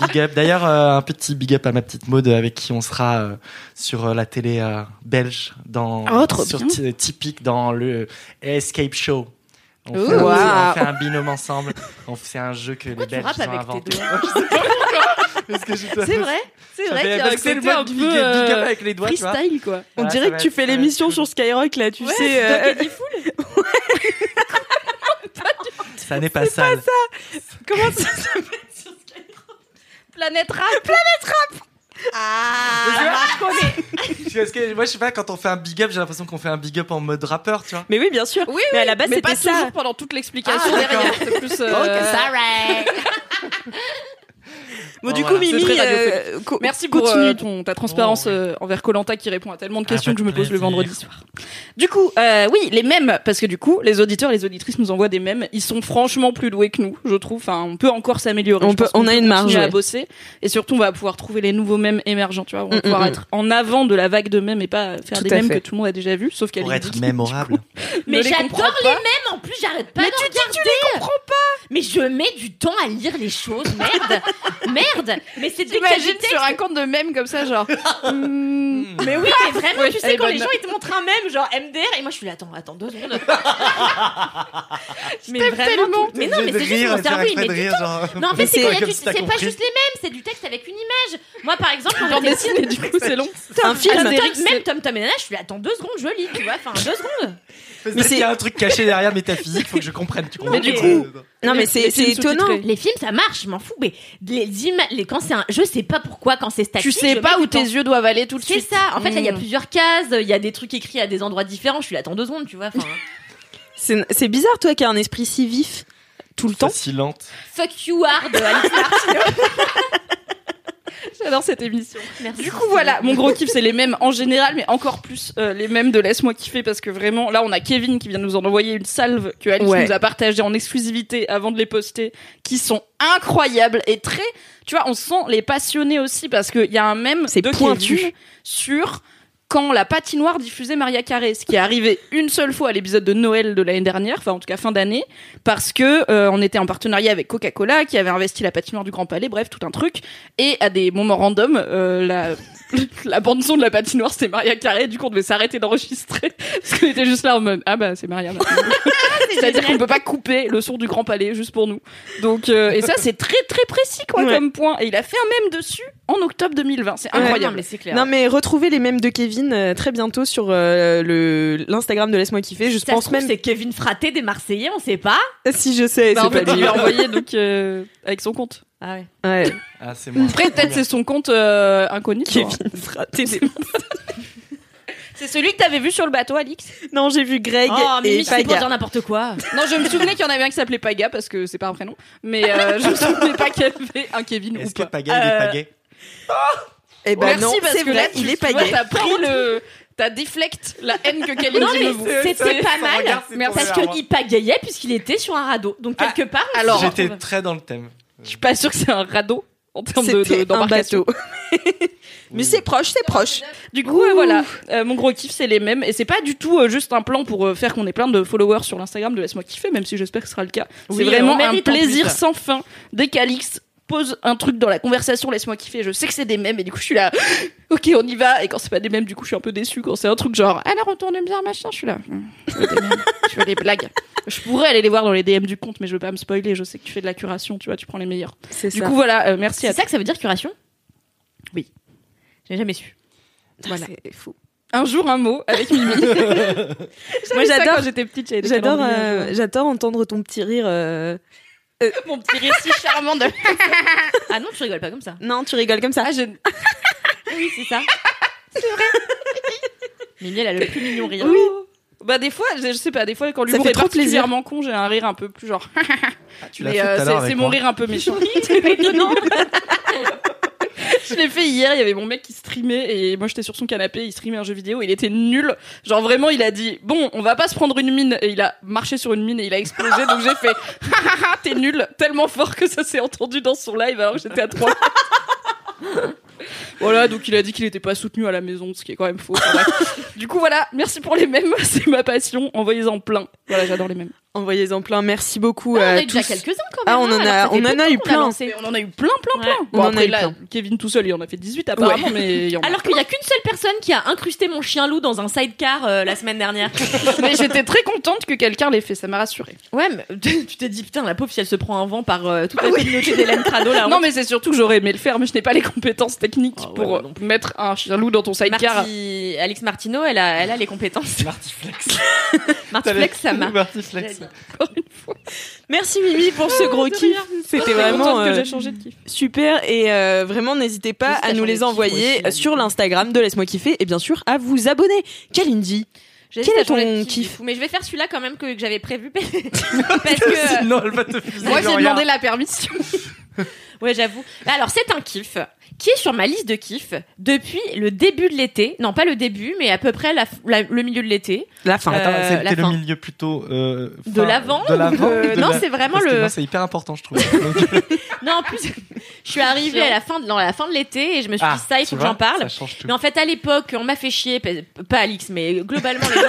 Big up. D'ailleurs, euh, un petit big up à ma petite mode avec qui on sera euh, sur euh, la télé euh, belge dans Ah, Oh, trop sur bien. Ti- typique dans le Escape Show. On fait, Ouh. un, petit- Waouh. on fait un binôme ensemble. On fait un jeu que les tu Belges rappes ont avec tes inventé. doigts Je sais pas pourquoi. Parce que j'étais- C'est vrai, c'est vrai qu'il j'avais- y a parce un que c'est le côté mode un du peu, big up, big up euh, avec les doigts, tu vois. freestyle, quoi. On Voilà, ça dirait va que tu être- fais ça va être l'émission cool. sur Skyrock là, tu Ouais, sais. euh, Doc et Diffoul. Ça n'est pas ça. comment ça s'appelle Planète rap. Ah, Parce que moi, je sais pas, quand on fait un big up, j'ai l'impression qu'on fait un big up en mode rappeur, tu vois. Mais oui, bien sûr. Oui, Mais à la base, mais c'était pas ça. toujours Ah, euh, pendant toute l'explication Ah, derrière. d'accord. C'est plus. euh, sorry. Bon, du coup, Mimi, très euh, radiophonique. co- merci pour continue. euh, ton- ta transparence euh, envers Colanta qui répond à tellement de questions pas que je me de pose le Ah, bah, plaisir. vendredi soir. Du coup, euh, oui, les mêmes, parce que du coup, les auditeurs, les auditrices nous envoient des mêmes. Ils sont franchement plus doués que nous, je trouve. Enfin, on peut encore s'améliorer. On Je pense peut- on qu'on a une marge, continuer à ouais. bosser, et surtout, on va pouvoir trouver les nouveaux mêmes émergents. Tu vois, on va Mm, pouvoir mm, être en avant de la vague de mêmes et pas faire Tout des à mêmes fait. que tout le monde a déjà vus, sauf qu'elle Pour est être geek. mémorable. Mais Ne les comprends j'adore les mêmes en plus, j'arrête pas Mais d'en tu dis que tu regarder. les comprends pas. Mais je mets du temps à lire les choses, merde. merde. Mais c'est T'imagines décalé. sur un compte de mèmes comme ça, genre. hmm, Mais oui, mais vraiment, Ouais, tu elle sais est quand les bonne. gens ils te montrent un même genre MDR et moi je suis là attends attends deux secondes. mais t'aime tellement. mais non mais c'est juste mon cerveau il met du temps. Non en fait c'est quand il y a du- c'est pas juste les mêmes, c'est du texte avec une image. Moi par exemple quand Genre j'étais dessiné, du coup, c'est long. Ah, un film. Tom- Astérix, Tom- même Tom Tom et Nana, je suis là, attends deux secondes, je lis, tu vois, enfin deux secondes. Mais c'est- il y a un truc caché derrière métaphysique, faut que je comprenne. Tu comprends mais du Euh, Non, mais Les- c'est les c'est films étonnant. sous-titrés. Hein, Les films, ça marche, je m'en fous, mais les, ima- les, quand c'est un, je sais pas pourquoi, quand c'est statique. Tu sais je pas mets où du temps. tes yeux doivent aller tout de C'est suite. ça. En fait, là, il y a Mm. plusieurs cases, il y a des trucs écrits à des endroits différents. Je suis là, attends deux secondes, tu vois. enfin, C'est c'est bizarre, toi, qui as un esprit si vif tout le temps. Fascinante. Fuck you hard, Alex Martino. J'adore cette émission. Merci. Du coup, voilà, mon gros kiff, c'est les mêmes en général, mais encore plus euh, les mêmes de Laisse-moi kiffer, parce que vraiment, là, on a Kevin qui vient nous en envoyer une salve que Alice Ouais. nous a partagée en exclusivité avant de les poster, qui sont incroyables et très. Tu vois, on sent les passionnés aussi, parce qu'il y a un même C'est de pointu. Kevin sur quand la patinoire diffusait Maria Carré, ce qui est arrivé une seule fois à l'épisode de Noël de l'année dernière, enfin en tout cas fin d'année, parce que euh, on était en partenariat avec Coca-Cola qui avait investi la patinoire du Grand Palais, bref tout un truc. Et à des moments random, euh, la, la bande son de la patinoire c'était Maria Carré, du coup on devait s'arrêter d'enregistrer parce qu'on était juste là en mode ah bah c'est Maria. maintenant. C'est-à-dire qu'on peut pas couper le son du Grand Palais juste pour nous. Donc euh, et ça c'est très très précis quoi Ouais. comme point. Et il a fait un même dessus en octobre 2020, c'est Ouais, incroyable. Non, mais c'est clair. Non, mais retrouvez les mêmes de Kevin euh, très bientôt sur euh, le l'Instagram de Laisse-moi kiffer. Je Ça se pense trouve, même c'est Kevin Fraté des Marseillais, on sait pas. si je sais, Bah, en c'est fait, pas il lui. l'a envoyé donc euh, avec son compte. Ah ouais. Ouais. Ah, c'est moi. Après, peut-être c'est son compte euh, inconnu. tu vois. Kevin fraté des- C'est celui que t'avais vu sur le bateau, Alix. Non, j'ai vu Greg Oh, mais et Mimi, c'est pour Paga. dire n'importe quoi. Non, je me souvenais qu'il y en avait un qui s'appelait Paga parce que c'est pas un prénom, mais euh, je me souvenais pas qu'il y avait un Kevin ou Est-ce que pas. Pagaille il est Euh, pagaille Eh ben Merci non, parce c'est que vrai, là, il tu- est tu vois, Paga. T'as pris le, t'as déflecte la haine que Kevin Non, dit de vous. mais c'était pas son mal. regard s'est Merci. tourné vers Parce moi. qu'il pagayait puisqu'il était sur un radeau. Donc, Ah, quelque part, alors, on se J'étais retrouve. très dans le thème. Je suis pas sûre que c'est un radeau en termes de, de- C'était un d'embarcation. bateau. Mais c'est proche, c'est proche. Du coup, euh, voilà, Euh, mon gros kiff, c'est les mêmes. Et c'est pas du tout euh, juste un plan pour euh, faire qu'on ait plein de followers sur l'Instagram de Laisse-moi kiffer, même si j'espère que ce sera le cas. c'est Oui, on vraiment un mérite en plaisir plus. sans fin. Dès qu'Alix pose un truc dans la conversation, Laisse-moi kiffer, je sais que c'est des mêmes, et du coup, je suis là, ok, on y va. Et quand c'est pas des mêmes, du coup, je suis un peu déçue. Quand c'est un truc genre, alors on tourne bien, machin, je suis là, Hmm, je veux des mèmes, je veux des blagues. Je pourrais aller les voir dans les DM du compte, mais je veux pas me spoiler. Je sais que tu fais de la curation, tu vois, tu prends les meilleurs. C'est Du coup, voilà, euh, merci à C'est ça que ça veut dire curation Oui. J'ai jamais su. voilà. c'est fou. Un jour, un mot avec Mimi. Moi, j'adore- quand j'étais petite, j'avais des J'adore, calendriers. euh, j'adore entendre ton petit rire. euh. mon petit rire si charmant de. Ah non, tu rigoles pas comme ça. Non, tu rigoles comme ça. Oui, c'est ça. c'est vrai. Mimi, elle a le plus mignon rire. Oui. Bah des fois, je je sais pas, des fois quand Ça l'humour fait est trop plaisir. particulièrement con, j'ai un rire un peu plus genre. Tu l'as Mais fait euh, tout à l'heure c'est- c'est avec mon moi. rire un peu méchant. non. je l'ai fait hier, il y avait mon mec qui streamait et moi j'étais sur son canapé, il streamait un jeu vidéo, il était nul. Genre vraiment, il a dit "Bon, on va pas se prendre une mine" et il a marché sur une mine et il a explosé donc j'ai fait "Ha, ha, ha, t'es nul" tellement fort que ça s'est entendu dans son live alors que j'étais à 3. voilà, donc il a dit qu'il était pas soutenu à la maison, ce qui est quand même faux. Enfin, bref. du coup voilà, merci pour les mêmes, c'est ma passion, envoyez-en plein. Voilà, j'adore les mêmes. Envoyez-en plein. Merci beaucoup Ah, on en à a eu déjà tous. quelques-uns quand même. Ah, on en hein, a- alors que ça on fait en a peu eu qu'on plein. lancé. Mais on en a eu plein, plein, plein. Ouais. Bon, On en a après, eu là, plein. Kevin tout seul, il en a fait 18 apparemment, mais il y en a. Alors qu'il y a qu'une seule personne qui a incrusté mon chien loup dans un sidecar euh, la semaine dernière. Mais j'étais très contente que quelqu'un l'ait fait, ça m'a rassurée. ouais, mais tu t'es dit putain la pauvre si elle se prend un vent par euh, toute la communauté d'Hélène Crado là. Non, mais c'est surtout que j'aurais aimé le faire, mais je n'ai pas les compétences techniques Ah ouais, pour moi euh, mettre un chien loup dans ton sidecar. Marty... Alex euh, Martineau, elle a, elle a les compétences. Martiflex. Marty Flex, ça marche. Martiflex. Merci Mimi pour Ah, ce gros kiff. C'était Très contente vraiment que euh, j'ai changé de kiff. super et euh, vraiment n'hésitez pas Juste à à nous changer les de kiff, moi aussi, envoyer là, sur du coup. l'Instagram de Laisse-moi kiffer et bien sûr à vous abonner. Kalindi, J'ai Quel hésité est à changer ton de kiff, kiff du coup, Mais je vais faire celui-là quand même que, que j'avais prévu. parce que. Sinon, elle va te fuser. Moi, j'ai Gloria. demandé la permission. Ouais, j'avoue. Alors, c'est un kiff qui est sur ma liste de kiffs depuis le début de l'été. Non, pas le début, mais à peu près la f- la- le milieu de l'été. La fin. Euh, Attends, la c'était le fin. milieu plutôt. euh, De fin- l'avant De ou l'avant de- ou de Non, la- c'est vraiment Parce que le- moi, C'est hyper important, je trouve. Non, en plus, je suis arrivée à la fin de, dans la fin de l'été et je me suis Ah, dit ça, il tu faut que vois, j'en parle. ça change tout. Mais en fait, à l'époque, on m'a fait chier, pa- pas Alix, mais globalement les gens.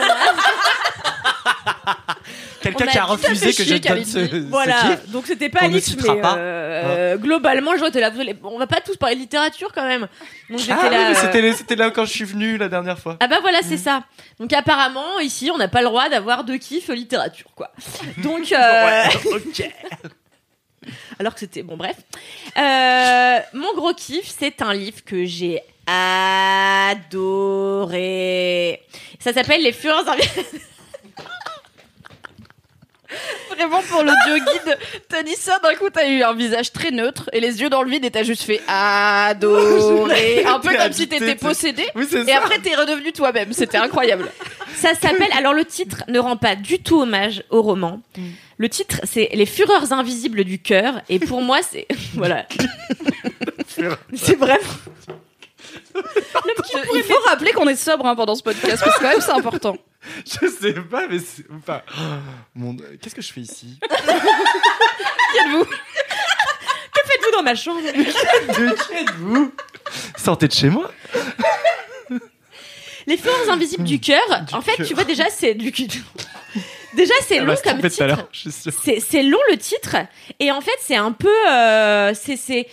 Quelqu'un On qui a dit, ça fait refusé que je chier te donne qu'Alix ce. dit. ce Voilà, kiff. donc c'était pas qu'on ne Alix, mais citera pas. Hein. euh, globalement, je vois, t'es là, vous allez- on va pas tous parler de littérature quand même. Donc j'étais Ah oui, là. mais euh, c'était le- c'était là quand je suis venu la dernière fois. Ah bah voilà, Mm. c'est ça. Donc apparemment, ici, on n'a pas le droit d'avoir de kiff littérature, quoi. Donc... euh, Alors que c'était... Bon, bref. Euh, mon gros kiff, c'est un livre que j'ai adoré. Ça s'appelle Les Fureurs Invisibles. Vraiment, pour l'audio guide, t'as dit ça, d'un coup, t'as eu un visage très neutre et les yeux dans le vide et t'as juste fait adorer. Un peu T'es comme si habité, t'étais t'es- possédé. Oui, c'est Et ça. après, t'es redevenu toi-même. C'était incroyable. Ça s'appelle... Alors le titre ne rend pas du tout hommage au roman. Mm. Le titre, c'est Les Fureurs Invisibles du cœur. Et pour moi, c'est... Voilà. c'est vrai. Euh, Il faut rappeler qu'on est sobre hein, pendant ce podcast parce que quand même, c'est important. Je sais pas, mais c'est. Enfin, mon- Qu'est-ce que je fais ici Faites-vous dans ma chambre. De qui êtes-vous Sortez de chez moi Les forces invisibles du cœur, en fait, cœur. Ah tu vois, déjà, c'est du cul. Déjà, c'est Elle long va se comme tromper tout à titre. l'heure, je suis sûr. C'est c'est long le titre. Et en fait, c'est un peu. euh, c'est- c'est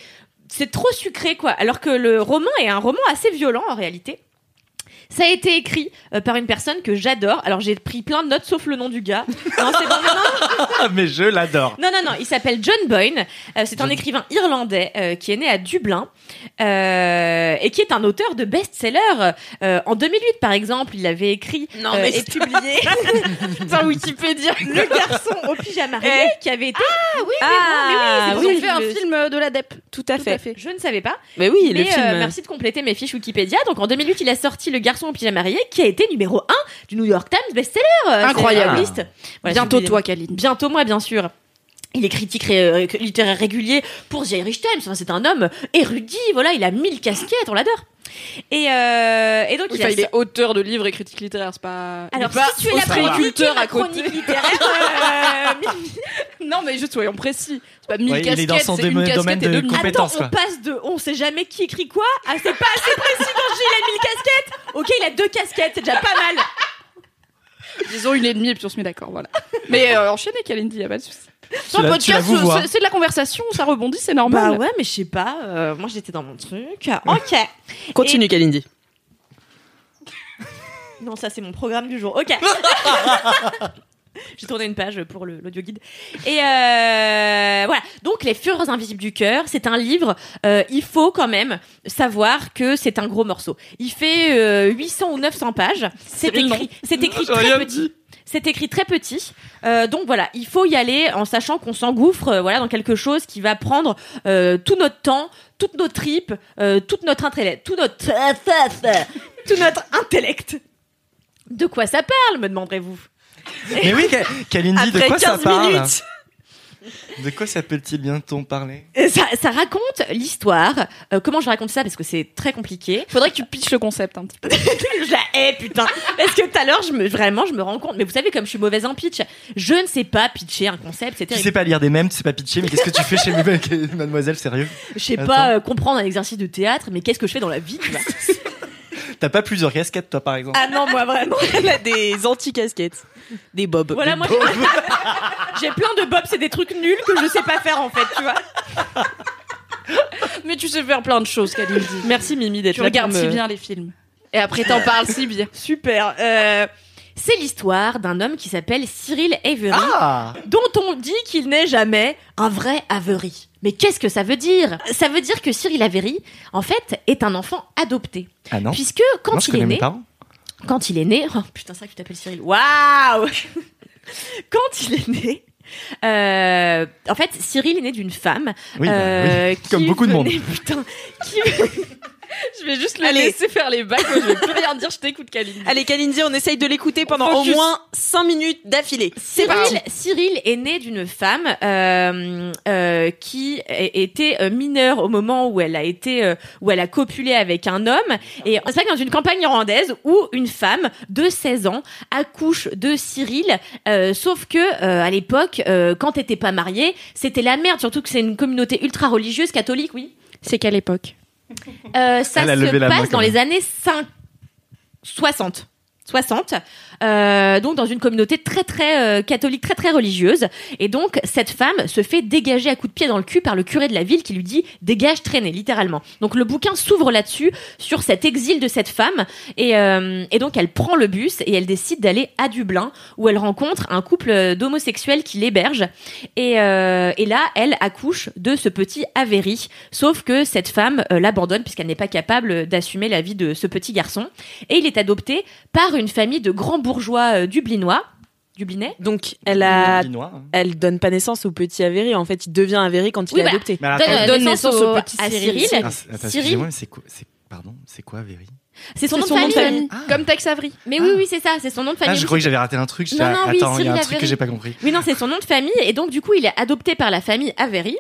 c'est trop sucré, quoi. Alors que le roman est un roman assez violent, en réalité. Ça a été écrit euh, par une personne que j'adore. Alors, j'ai pris plein de notes, sauf le nom du gars. Non, c'est pas- non, non, Ah, mais je l'adore non, non, non, il s'appelle John Boyne. Euh, c'est un écrivain irlandais euh, qui est né à Dublin euh, et qui est un auteur de best-seller. Euh, en 2008, par exemple, il avait écrit Non, euh, mais et c'est- publié Putain, Wikipédia. Le garçon au pyjama rayé qui avait été. Ah oui, Ah, Ils oui, ont fait un le- film euh, de l'ADEP. Tout à Tout à fait. fait. Je ne savais pas. Mais oui, mais le film. euh, merci de compléter mes fiches Wikipédia. Donc en 2008, il a sorti Le garçon au pyjama rayé qui a été numéro 1 du New York Times best-seller. euh, Incroyable. c'est la liste. Voilà, Bientôt je- toi, Kaline. Bientôt moi, bien sûr. Il est critique ré- ré- littéraire régulier pour The Irish Times. Enfin, c'est un homme érudit. Voilà, il a mille casquettes, on l'adore. Et, euh, et donc Oui, il, a enfin, il so- est auteur de livres et critique littéraire, c'est pas. Alors il est pas si tu es la chronique, ostréiculteur la chronique littéraire, euh, Non, mais juste soyons précis. C'est pas mille Ouais, il est casquettes, dans son c'est une domaine- casquette domaine et de demi. compé- Attends, compétences, on quoi. passe de on sait jamais qui écrit quoi à c'est pas assez précis quand j'ai la mille casquettes. Ok, il a deux casquettes, c'est déjà pas mal. Disons une et demie, et puis on se met d'accord, voilà. Mais euh, enchaînez, Kalindi, y a pas de souci. Sur le la- tu la podcast, euh, vous vois. c'est- c'est de la conversation, ça rebondit, c'est Bah normal. ouais, mais je sais pas. euh, moi j'étais dans mon truc. Ok. Continue, Kalindi. Non, ça c'est mon programme du jour. Ok. J'ai tourné une page pour le- l'audio guide. Et euh, voilà. Donc, Les Fureurs Invisibles du Cœur, c'est un livre. euh, il faut quand même savoir que c'est un gros morceau. Il fait euh, 800 ou 900 pages. C'est long. écrit, c'est écrit J'aurais rien très petit. C'est écrit très petit. Euh, donc voilà, il faut y aller en sachant qu'on s'engouffre euh, voilà, dans quelque chose qui va prendre euh, tout notre temps, toutes nos tripes, euh, toute notre intellect, tout notre, tout notre intellect. De quoi ça parle, me demanderez-vous Mais oui, Ka- Kalindi, de Après quoi ça 15 parle minutes. De quoi ça peut-il bientôt parler Euh, ça, ça raconte l'histoire. Euh, comment je raconte ça Parce que c'est très compliqué. Faudrait que tu pitches le concept un petit peu. je la hais, putain. Parce que tout à l'heure, je me, vraiment, je me rends compte. Mais vous savez, comme je suis mauvaise en pitch, je ne sais pas pitcher un concept. C'est Tu terrible. sais pas lire des mèmes, tu sais pas pitcher, mais qu'est-ce que tu fais chez mademoiselle, sérieux Je sais Attends. pas euh, comprendre un exercice de théâtre, mais qu'est-ce que je fais dans la vie tu vois T'as pas plusieurs casquettes, toi, par exemple Ah non, moi vraiment. Elle a des anti-casquettes. Des bobs. Voilà, moi j'ai- j'ai plein de bobs, c'est des trucs nuls que je sais pas faire en fait, tu vois. Mais tu sais faire plein de choses, Kalindi. Merci Mimi d'être Tu là. regardes pour me- si bien les films. Et après, t'en parles si bien. Super. Euh, c'est l'histoire d'un homme qui s'appelle Cyril Avery. Ah dont on dit qu'il n'est jamais un vrai Avery. Mais qu'est-ce que ça veut dire Ça veut dire que Cyril Avery, en fait, est un enfant adopté. Ah non Puisque quand Non, je il connais est mes né, parents. quand il est né, oh putain, c'est vrai que tu t'appelles Cyril. Waouh Quand il est né, euh, en fait, Cyril est né d'une femme Oui, bah, euh, Comme qui beaucoup de monde. venait- putain, qui, Je vais juste le Allez. laisser faire les bacs. Moi, je vais plus rien dire. Je t'écoute, Kalindi. Allez, Kalindi, on essaye de l'écouter pendant Focus. au moins 5 minutes d'affilée. C'est parti. Cyril, Cyril est né d'une femme euh, euh, qui é- était euh, mineure au moment où elle a été euh, où elle a copulé avec un homme et c'est vrai que dans une campagne irlandaise où une femme de 16 ans accouche de Cyril euh, sauf que euh, à l'époque euh, quand t'étais pas mariée c'était la merde surtout que c'est une communauté ultra religieuse catholique oui C'est quelle époque euh, ça Elle a se levé la main, passe quand dans même. les années 5... 60. 60, euh, donc dans une communauté très très euh, catholique, très très religieuse. Et donc cette femme se fait dégager à coups de pied dans le cul par le curé de la ville qui lui dit « dégage, traîner littéralement. Donc le bouquin s'ouvre là-dessus, sur cet exil de cette femme. Et, euh, et donc elle prend le bus et elle décide d'aller à Dublin où elle rencontre un couple euh, d'homosexuels qui l'héberge. Et, euh, et là, elle accouche de ce petit Avery. Sauf que cette femme euh, l'abandonne puisqu'elle n'est pas capable d'assumer la vie de ce petit garçon. Et il est adopté par une famille de grands bourgeois euh, dublinois. Dublinais Donc, elle a, Noir, hein. elle donne pas naissance au petit Avery. En fait, il devient Avery quand il Oui, est bah, adopté. Mais alors, Donne, attends, euh, donne naissance naissance au au- petit à Cyril. Cyril. Ah, c'est- attends, Cyril. excusez-moi, mais c'est quoi c'est- Pardon, c'est quoi Avery C'est son, nom, C'est son de nom de famille. famille. Ah. Comme Tex Avery. Mais oui, oui, c'est ça, c'est son nom de Ah, famille. je croyais que j'avais raté un truc. j'étais Non, là, non, oui, attends, il y Cyril a un Avery. truc que j'ai pas compris. Oui, non, c'est son nom de famille. Et donc, du coup, il est adopté par la famille Avery.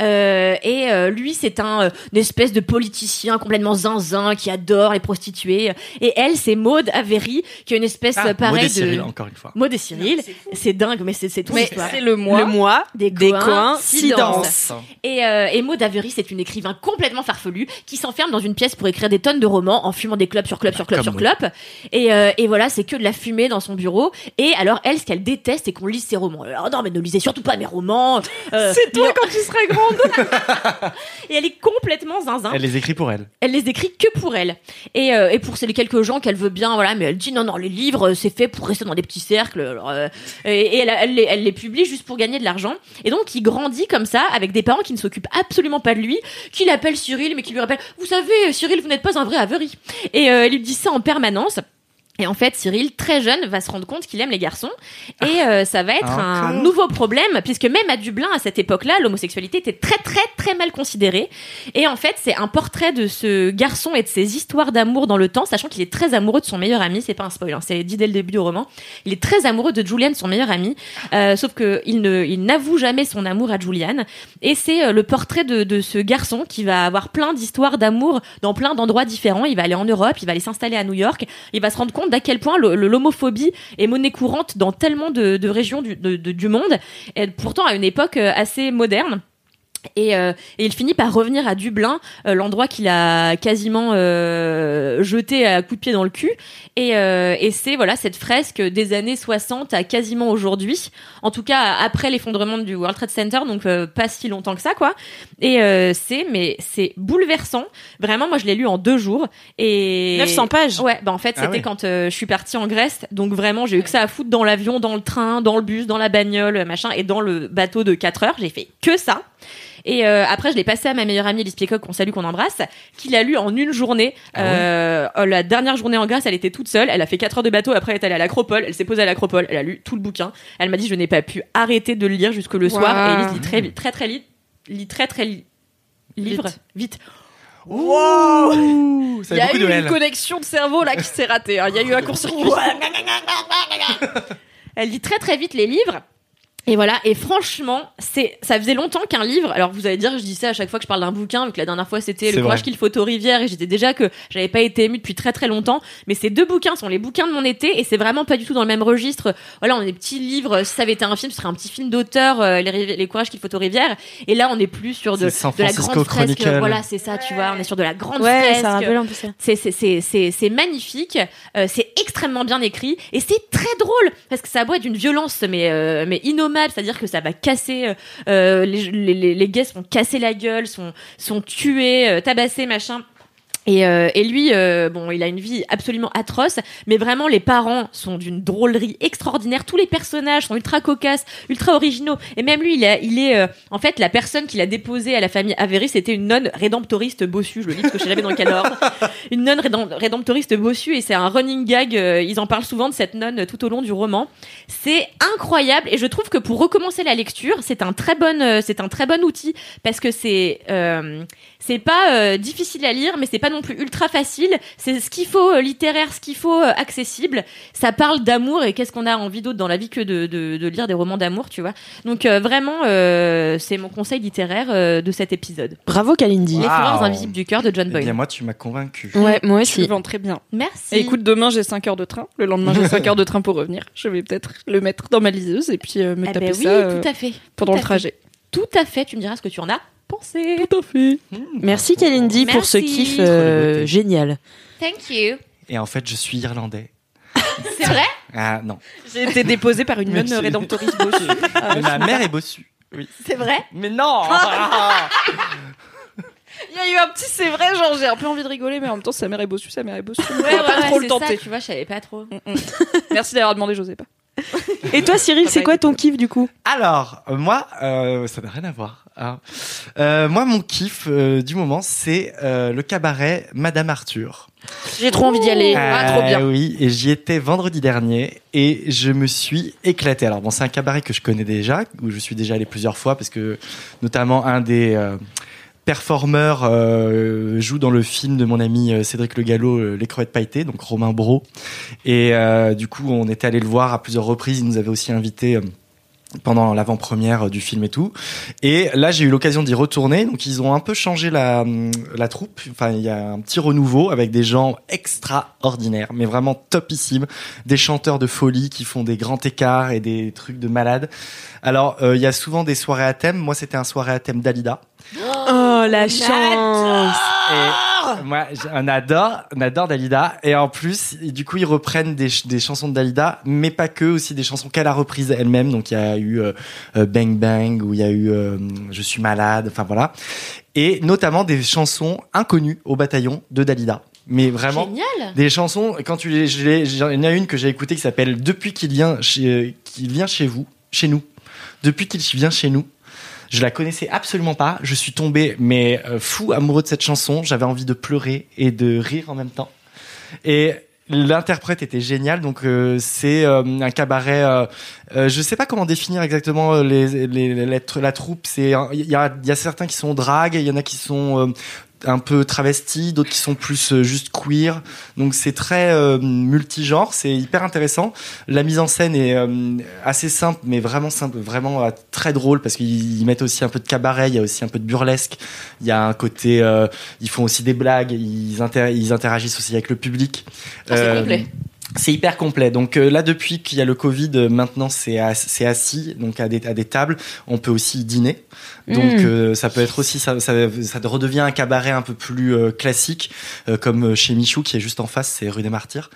Euh, et euh, lui, c'est un euh, une espèce de politicien complètement zinzin qui adore les prostituées. Et elle, c'est Maud Avery, qui est une espèce Ah, euh, Maud pareille et Cyril, de... encore une fois. Maud et Cyril. C'est dingue, mais c'est c'est ton Mais histoire. c'est le moi. Le moi Des des coïncidences. coïncidences. Et, euh, et Maud Avery, c'est une écrivain complètement farfelue qui s'enferme dans une pièce pour écrire des tonnes de romans en fumant des clopes sur clopes sur clopes Ah, Comme sur moi. clopes. Et, euh, et voilà, c'est que de la fumée dans son bureau. Et alors, elle, ce qu'elle déteste, c'est qu'on lise ses romans. Alors, non, mais ne lisez surtout pas mes romans. Euh, C'est toi non. quand tu seras grande. Et elle est complètement zinzin. Elle les écrit pour elle. Elle les écrit que pour elle. Et, euh, et pour ces quelques gens qu'elle veut bien, voilà, mais elle dit non, non, les livres, euh, c'est fait pour rester dans des petits cercles. alors, euh, et et elle, elle, les, elle les publie juste pour gagner de l'argent. Et donc, il grandit comme ça, avec des parents qui ne s'occupent absolument pas de lui, qui l'appellent Cyril, mais qui lui rappellent Vous savez, Cyril, vous n'êtes pas un vrai Avery. Et euh, elle lui dit ça en permanence. Et en fait, Cyril, très jeune, va se rendre compte qu'il aime les garçons. Et euh, ça va être Ah, un encore. nouveau problème, puisque même à Dublin, à cette époque-là, l'homosexualité était très, très, très mal considérée. Et en fait, c'est un portrait de ce garçon et de ses histoires d'amour dans le temps, sachant qu'il est très amoureux de son meilleur ami. C'est pas un spoil, hein, c'est dit dès le début du roman. Il est très amoureux de Julianne, son meilleur ami. Euh, sauf que il ne, il n'avoue jamais son amour à Julianne. Et c'est euh, le portrait de, de ce garçon qui va avoir plein d'histoires d'amour dans plein d'endroits différents. Il va aller en Europe, il va aller s'installer à New York. Il va se rendre compte d'à quel point le- le- l'homophobie est monnaie courante dans tellement de, de régions du, de- de- du monde, et pourtant à une époque euh, assez moderne. Et, euh, et il finit par revenir à Dublin, euh, l'endroit qu'il a quasiment euh, jeté à coups de pied dans le cul. Et, euh, et c'est voilà cette fresque des années 60 à quasiment aujourd'hui, en tout cas après l'effondrement du World Trade Center, donc euh, pas si longtemps que ça quoi. Et euh, c'est mais c'est bouleversant. Vraiment, moi je l'ai lu en deux jours. Et 900 pages. Ouais, bah en fait, Ah c'était ouais. quand euh, je suis partie en Grèce, donc vraiment, j'ai eu que ça à foutre dans l'avion, dans le train, dans le bus, dans la bagnole, machin, et dans le bateau de 4 heures, j'ai fait que ça. Et euh, après, je l'ai passé à ma meilleure amie Elise Piecock, qu'on salue, qu'on embrasse, qui l'a lu en une journée. Ah ouais Euh, euh, la dernière journée en Grèce, elle était toute seule, elle a fait 4 heures de bateau, après elle est allée à l'Acropole, elle s'est posée à l'Acropole, elle a lu tout le bouquin, elle m'a dit, je n'ai pas pu arrêter de le lire jusque le Waouh. soir, et Elise lit très, très, très, lit, lit très, très, li- livre, vite. Wow Ça Il fait y a beaucoup de eu une L. connexion de cerveau là qui s'est ratée. hein. Il y a eu un court-circuit. Elle lit très très vite les livres. Et voilà, et franchement, c'est ça faisait longtemps qu'un livre. Alors vous allez dire, je dis ça à chaque fois que je parle d'un bouquin, vu que la dernière fois c'était C'est Le courage vrai. qu'il faut aux rivières, et j'étais déjà que j'avais pas été émue depuis très très longtemps. Mais ces deux bouquins sont les bouquins de mon été, et c'est vraiment pas du tout dans le même registre. Voilà, on a des petits livres. Si ça avait été un film, ce serait un petit film d'auteur, euh, les, rivi- les courages qu'il faut aux rivières. Et là, on est plus sur de, C'est San de la Francisco grande fresque. Chronicle. Voilà, c'est ça, tu vois, on est sur de la grande Ouais, fresque. ça rappelle un peu ça. C'est- C'est c'est- c'est- c'est magnifique, euh, c'est extrêmement bien écrit et c'est très drôle parce que ça boit d'une violence mais, euh, mais innommable, c'est-à-dire que ça va casser, euh, euh, les, les, les, les gays sont cassés la gueule, sont, sont tués, euh, tabassés, machin. Et, euh, et lui, euh, bon, il a une vie absolument atroce, mais vraiment les parents sont d'une drôlerie extraordinaire. Tous les personnages sont ultra cocasses, ultra originaux. Et même lui, il, a- il est, euh, en fait, la personne qui l'a déposé à la famille Avery, c'était une nonne rédemptoriste bossue. Je le dis parce que je sais jamais dans quel ordre. Une nonne rédem- rédemptoriste bossue et c'est un running gag. euh, ils en parlent souvent de cette nonne euh, tout au long du roman. C'est incroyable et je trouve que pour recommencer la lecture, c'est un très bon, euh, c'est un très bon outil parce que c'est, euh, c'est pas euh, difficile à lire, mais c'est pas non non plus ultra facile. C'est ce qu'il faut euh, littéraire, ce qu'il faut euh, accessible. Ça parle d'amour et qu'est-ce qu'on a envie d'autre dans la vie que de, de- de lire des romans d'amour, tu vois. Donc euh, vraiment, euh, c'est mon conseil littéraire euh, de cet épisode. Bravo Kalindi. Wow. Les fleurs invisibles du cœur de John Eh bien, Boyne. moi, tu m'as convaincu. Ouais, moi Tu le aussi. vends très bien. Merci. Et écoute, demain j'ai 5 heures de train. Le lendemain j'ai 5 heures de train pour revenir. Je vais peut-être le mettre dans ma liseuse et puis euh, me Eh taper ben oui, ça euh, tout à fait. pendant tout le à trajet. Tout à fait. Tu me diras ce que tu en as pensé. Tout à fait. Merci Kalindi pour ce Merci. kiff euh, Trop de beauté. génial. Thank you. Et en fait, je suis irlandais. C'est vrai. Ah non. J'ai été déposée par une Merci. nonne rédemptoriste bossue. Mais ma mère est bossue. Oui. C'est vrai. Mais non Il y a eu un petit c'est vrai, genre j'ai un peu envie de rigoler, mais en même temps sa mère est bossue, sa mère est bossue. On Ouais, va pas ouais, trop ouais, le c'est ça, tenter. tu vois, je savais pas trop. Merci d'avoir demandé, José pas. Et toi Ah Cyril, bah, c'est quoi ton kiff du coup Alors, euh, moi, euh, ça n'a rien à voir. hein. Euh, moi, mon kiff euh, du moment, c'est euh, le cabaret Madame Arthur. J'ai trop envie d'y aller. Ah, Oui, et j'y étais vendredi dernier et je me suis éclaté. Alors bon, c'est un cabaret que je connais déjà, où je suis déjà allé plusieurs fois parce que notamment un des euh, performeurs euh, joue dans le film de mon ami euh, Cédric Le Gallo, euh, Les Crevettes Pailletées, donc Romain Bro. Et euh, du coup, on était allé le voir à plusieurs reprises. Il nous avait aussi invité pendant l'avant-première euh, du film et tout. Et là, j'ai eu l'occasion d'y retourner. Donc, ils ont un peu changé la, hum, la troupe. Enfin, il y a un petit renouveau avec des gens extraordinaires, mais vraiment topissimes. Des chanteurs de folie qui font des grands écarts et des trucs de malades. Alors, euh, il y a souvent des soirées à thème. Moi, c'était un soirée à thème d'Alida. Oh la chance Et moi, j- on adore, on adore Dalida. Et en plus, du coup, ils reprennent des, ch- des chansons de Dalida, mais pas que, aussi des chansons qu'elle a reprises elle-même. Donc, il y a eu euh, euh, Bang Bang, ou il y a eu euh, Je suis malade, enfin voilà. Et notamment des chansons inconnues au bataillon de Dalida. Mais vraiment, Euh, Génial. des chansons, quand tu les, je les- j'en- il y en a une que j'ai écoutée qui s'appelle Depuis qu'il vient chez, euh, qu'il vient chez vous, chez nous. Depuis qu'il vient chez nous. Je la connaissais absolument pas. Je suis tombé, mais euh, fou amoureux de cette chanson. J'avais envie de pleurer et de rire en même temps. Et l'interprète était génial. Donc euh, c'est euh, un cabaret. euh, euh, je sais pas comment définir exactement euh, les, les- les- la tr- la troupe. C'est un- il y a, il y a certains qui sont drague, il y en a qui sont euh, un peu travestis, d'autres qui sont plus euh, juste queer. Donc c'est très euh, multigenre, c'est hyper intéressant. La mise en scène est euh, assez simple, mais vraiment simple, vraiment euh, très drôle parce qu'ils ils mettent aussi un peu de cabaret, il y a aussi un peu de burlesque, il y a un côté, euh, ils font aussi des blagues, ils, inter- ils interagissent aussi avec le public. Euh, Ah, c'est complet. C'est hyper complet. Donc euh, là, depuis qu'il y a le Covid, euh, maintenant c'est ass- c'est assis, donc à des, à des tables. On peut aussi dîner. Donc Hmm. Mm. euh, ça peut être aussi, ça, ça, ça redevient un cabaret un peu plus euh, classique, euh, comme euh, chez Michou qui est juste en face, c'est rue des Martyrs.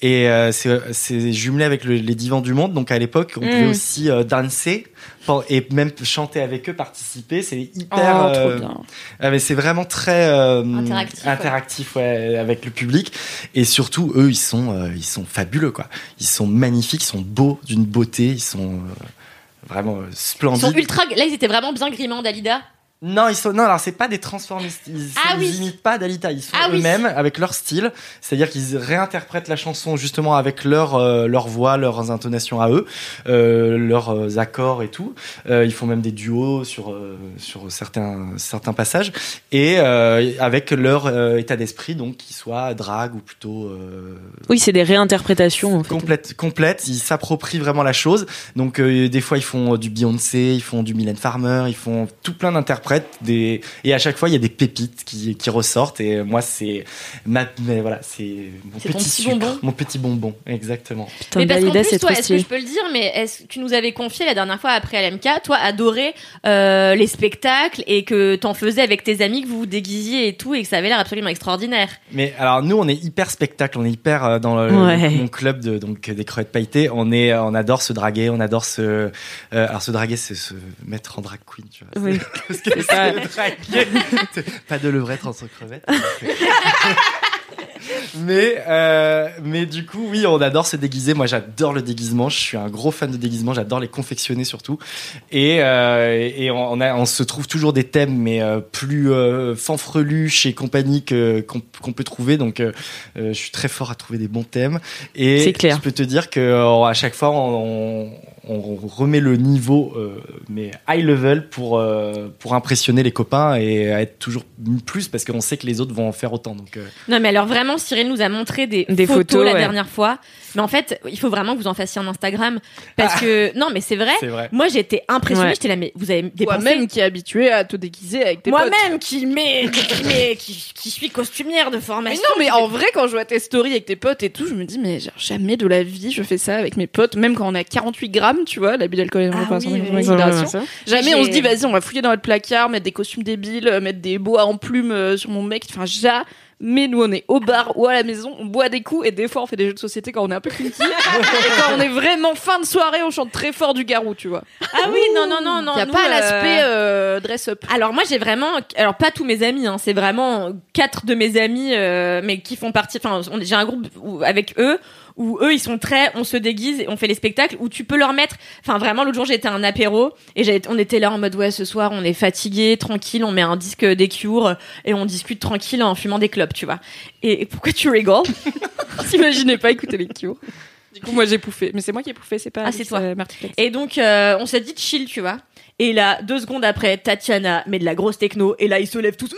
Et euh, c'est- c'est jumelé avec le- les divans du monde. Donc à l'époque, on pouvait Hmm. Mm. aussi euh, danser pen- et même chanter avec eux, participer. C'est Oh, hyper. trop euh, bien. ah, mais c'est vraiment très euh, Interactif, ouais. interactif, ouais, avec le public et surtout eux ils sont euh, ils sont fabuleux quoi. Ils sont magnifiques, ils sont beaux d'une beauté, ils sont euh, vraiment euh, Ils splendides. sont ultra. Là, ils étaient vraiment bien grimants, Dalida. Non, ils sont non, alors c'est pas des transformistes, ils, Ah ils oui. imitent pas Dalita, ils sont Ah oui. eux-mêmes avec leur style, c'est-à-dire qu'ils réinterprètent la chanson justement avec leur euh, leur voix, leurs intonations à eux, euh, leurs euh, accords et tout. Euh, ils font même des duos sur euh, sur certains certains passages et euh, avec leur euh, état d'esprit donc qui soit drague ou plutôt euh, Oui, c'est des réinterprétations en fait. complète complète ils s'approprient vraiment la chose donc euh, des fois ils font euh, du Beyoncé ils font du Mylène Farmer ils font tout plein d'interprètes des et à chaque fois il y a des pépites qui, qui ressortent et euh, moi c'est ma mais voilà c'est mon C'est petit, ton petit sucre, bonbon. mon petit bonbon exactement Putain, mais parce qu'en Dalida, plus, c'est toi, trop est-ce stylé. que je peux le dire, mais est-ce tu nous avais confié la dernière fois après LMK, toi, adorais euh, les spectacles et que t'en faisais avec tes amis, que vous vous déguisiez et tout, et que ça avait l'air absolument extraordinaire. Mais alors nous on est hyper spectacle, on est hyper euh, dans le, Ouais. mon club de donc des crevettes pailletées, on est euh, on adore se draguer, on adore se euh, alors se draguer c'est se mettre en drag queen, tu vois. Oui. Parce que C'est pas- se draguer, c'est pas de levrette entre crevettes. Mais euh, mais du coup oui on adore se déguiser. Moi j'adore le déguisement. Je suis un gros fan de déguisement. J'adore les confectionner surtout. Et euh, et on, on a on se trouve toujours des thèmes mais euh, plus euh, fanfreluches et compagnie que qu'on qu'on peut trouver. Donc euh, euh, je suis très fort à trouver des bons thèmes. Et C'est clair. je peux te dire que euh, à chaque fois on, on- on remet le niveau, euh, mais high level, pour, euh, pour impressionner les copains et être toujours plus, parce qu'on sait que les autres vont en faire autant. Donc, euh, Non, mais alors vraiment, Cyril nous a montré des, Des photos, photos, la ouais. dernière fois. Mais en fait, il faut vraiment que vous en fassiez un Instagram. Parce Ah. que, non, mais c'est vrai. c'est vrai. Moi, j'étais impressionnée. Ouais. J'étais là, mais vous avez dépensé. Toi-même qui est habitué à te déguiser avec tes potes. Moi-même qui, mets- qui, mets- qui, qui suis costumière de Mais formation. non, mais en vrai, quand je vois tes stories avec tes potes et tout, je me dis, mais genre, jamais de la vie, je fais ça avec mes potes, même quand on a 48 grammes, tu vois, l'habit d'alcool est Ah vraiment pas oui, un oui, moment de oui. considération. Jamais on J'ai- se dit, vas-y, on va fouiller dans notre placard, mettre des costumes débiles, euh, mettre des boas en plumes euh, sur mon mec, enfin, jamais. Nous, on est au bar ou à la maison, on boit des coups et des fois, on fait des jeux de société quand on est un peu kinky. et quand on est vraiment fin de soirée, on chante très fort du garou, tu vois. Ah oui, non, non, non, non. Il n'y a nous, pas euh, l'aspect euh, dress-up. Alors moi j'ai vraiment, alors pas tous mes amis, hein, c'est vraiment quatre de mes amis, euh, mais qui font partie. Enfin, on- j'ai un groupe où- avec eux où eux ils sont très, on se déguise, et on fait les spectacles où tu peux leur mettre. Enfin vraiment l'autre jour j'étais à un apéro et j'avais- on était là en mode ouais ce soir on est fatigué, tranquille, on met un disque des Cure et on discute tranquille en fumant des clopes, tu vois. Et, et pourquoi tu rigoles T'imaginais pas écouter les cures. Du coup, moi j'ai pouffé. Mais c'est moi qui ai pouffé, c'est pas. Ah, Alex, c'est toi. euh, Martinez. Et donc, euh, on s'est dit chill, tu vois. Et là, deux secondes après, Tatiana met de la grosse techno. Et là, ils se lèvent tous.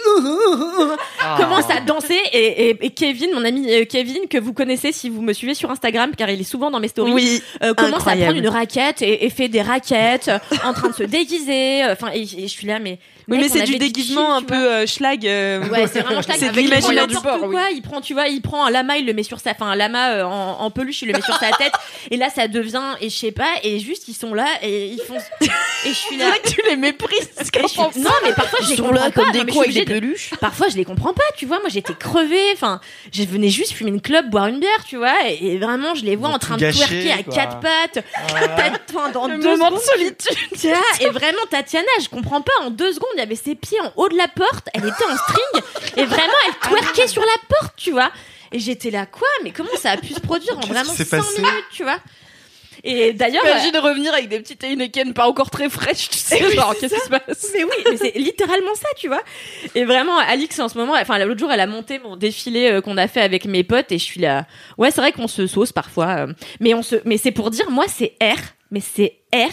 Commence à danser. Et, et- et Kevin, mon ami euh, Kevin, que vous connaissez si vous me suivez sur Instagram, car il est souvent dans mes stories, Oui. euh, commence à incroyable. prendre une raquette et, et fait des raquettes euh, en train de se déguiser. euh, Enfin, et, et je suis là, mais. Oui, mec, mais on c'est avait du dit chill, déguisement un tu peu euh, schlag. euh, Ouais, c'est vraiment schlag. C'est de Avec les l'imaginaire moyens du n'importe bord, quoi. Il prend, tu vois, il prend un lama, il le met sur sa, enfin un lama euh, en, en peluche, il le met sur sa tête. Et là, ça devient, et je sais pas, et juste ils sont là et ils font. Et je suis là. tu les méprises. Et je suis- Non, mais parfois je les comprends pas. Non, mais je suis obligée de- Parfois je les comprends pas, tu vois. Moi j'étais crevée. Enfin, je venais juste fumer une clope, boire une bière, tu vois. Et, et vraiment, je les vois Ils ont en train tout de gâché, twerker à quoi. quatre pattes. Pas- enfin, dans deux moment de secondes, tu- tu vois, et vraiment, Tatiana, je comprends pas. En deux secondes, il y avait ses pieds en haut de la porte. Elle était en string. et vraiment, elle twerkait sur la porte, tu vois. Et j'étais là, quoi Mais comment ça a pu se produire en Qu'est-ce vraiment qui s'est 5 passé minutes, tu vois Et d'ailleurs. T'imagines de revenir avec des petites Heineken pas encore très fraîches, tu sais. Eh oui, genre, c'est qu'est-ce qui se passe Mais oui, mais c'est littéralement ça, tu vois. Et vraiment, Alix, en ce moment, enfin, l'autre jour, elle a monté mon défilé euh, qu'on a fait avec mes potes et je suis là. Ouais, c'est vrai qu'on se sauce parfois, euh, mais on se, mais c'est pour dire, moi, c'est R, mais c'est R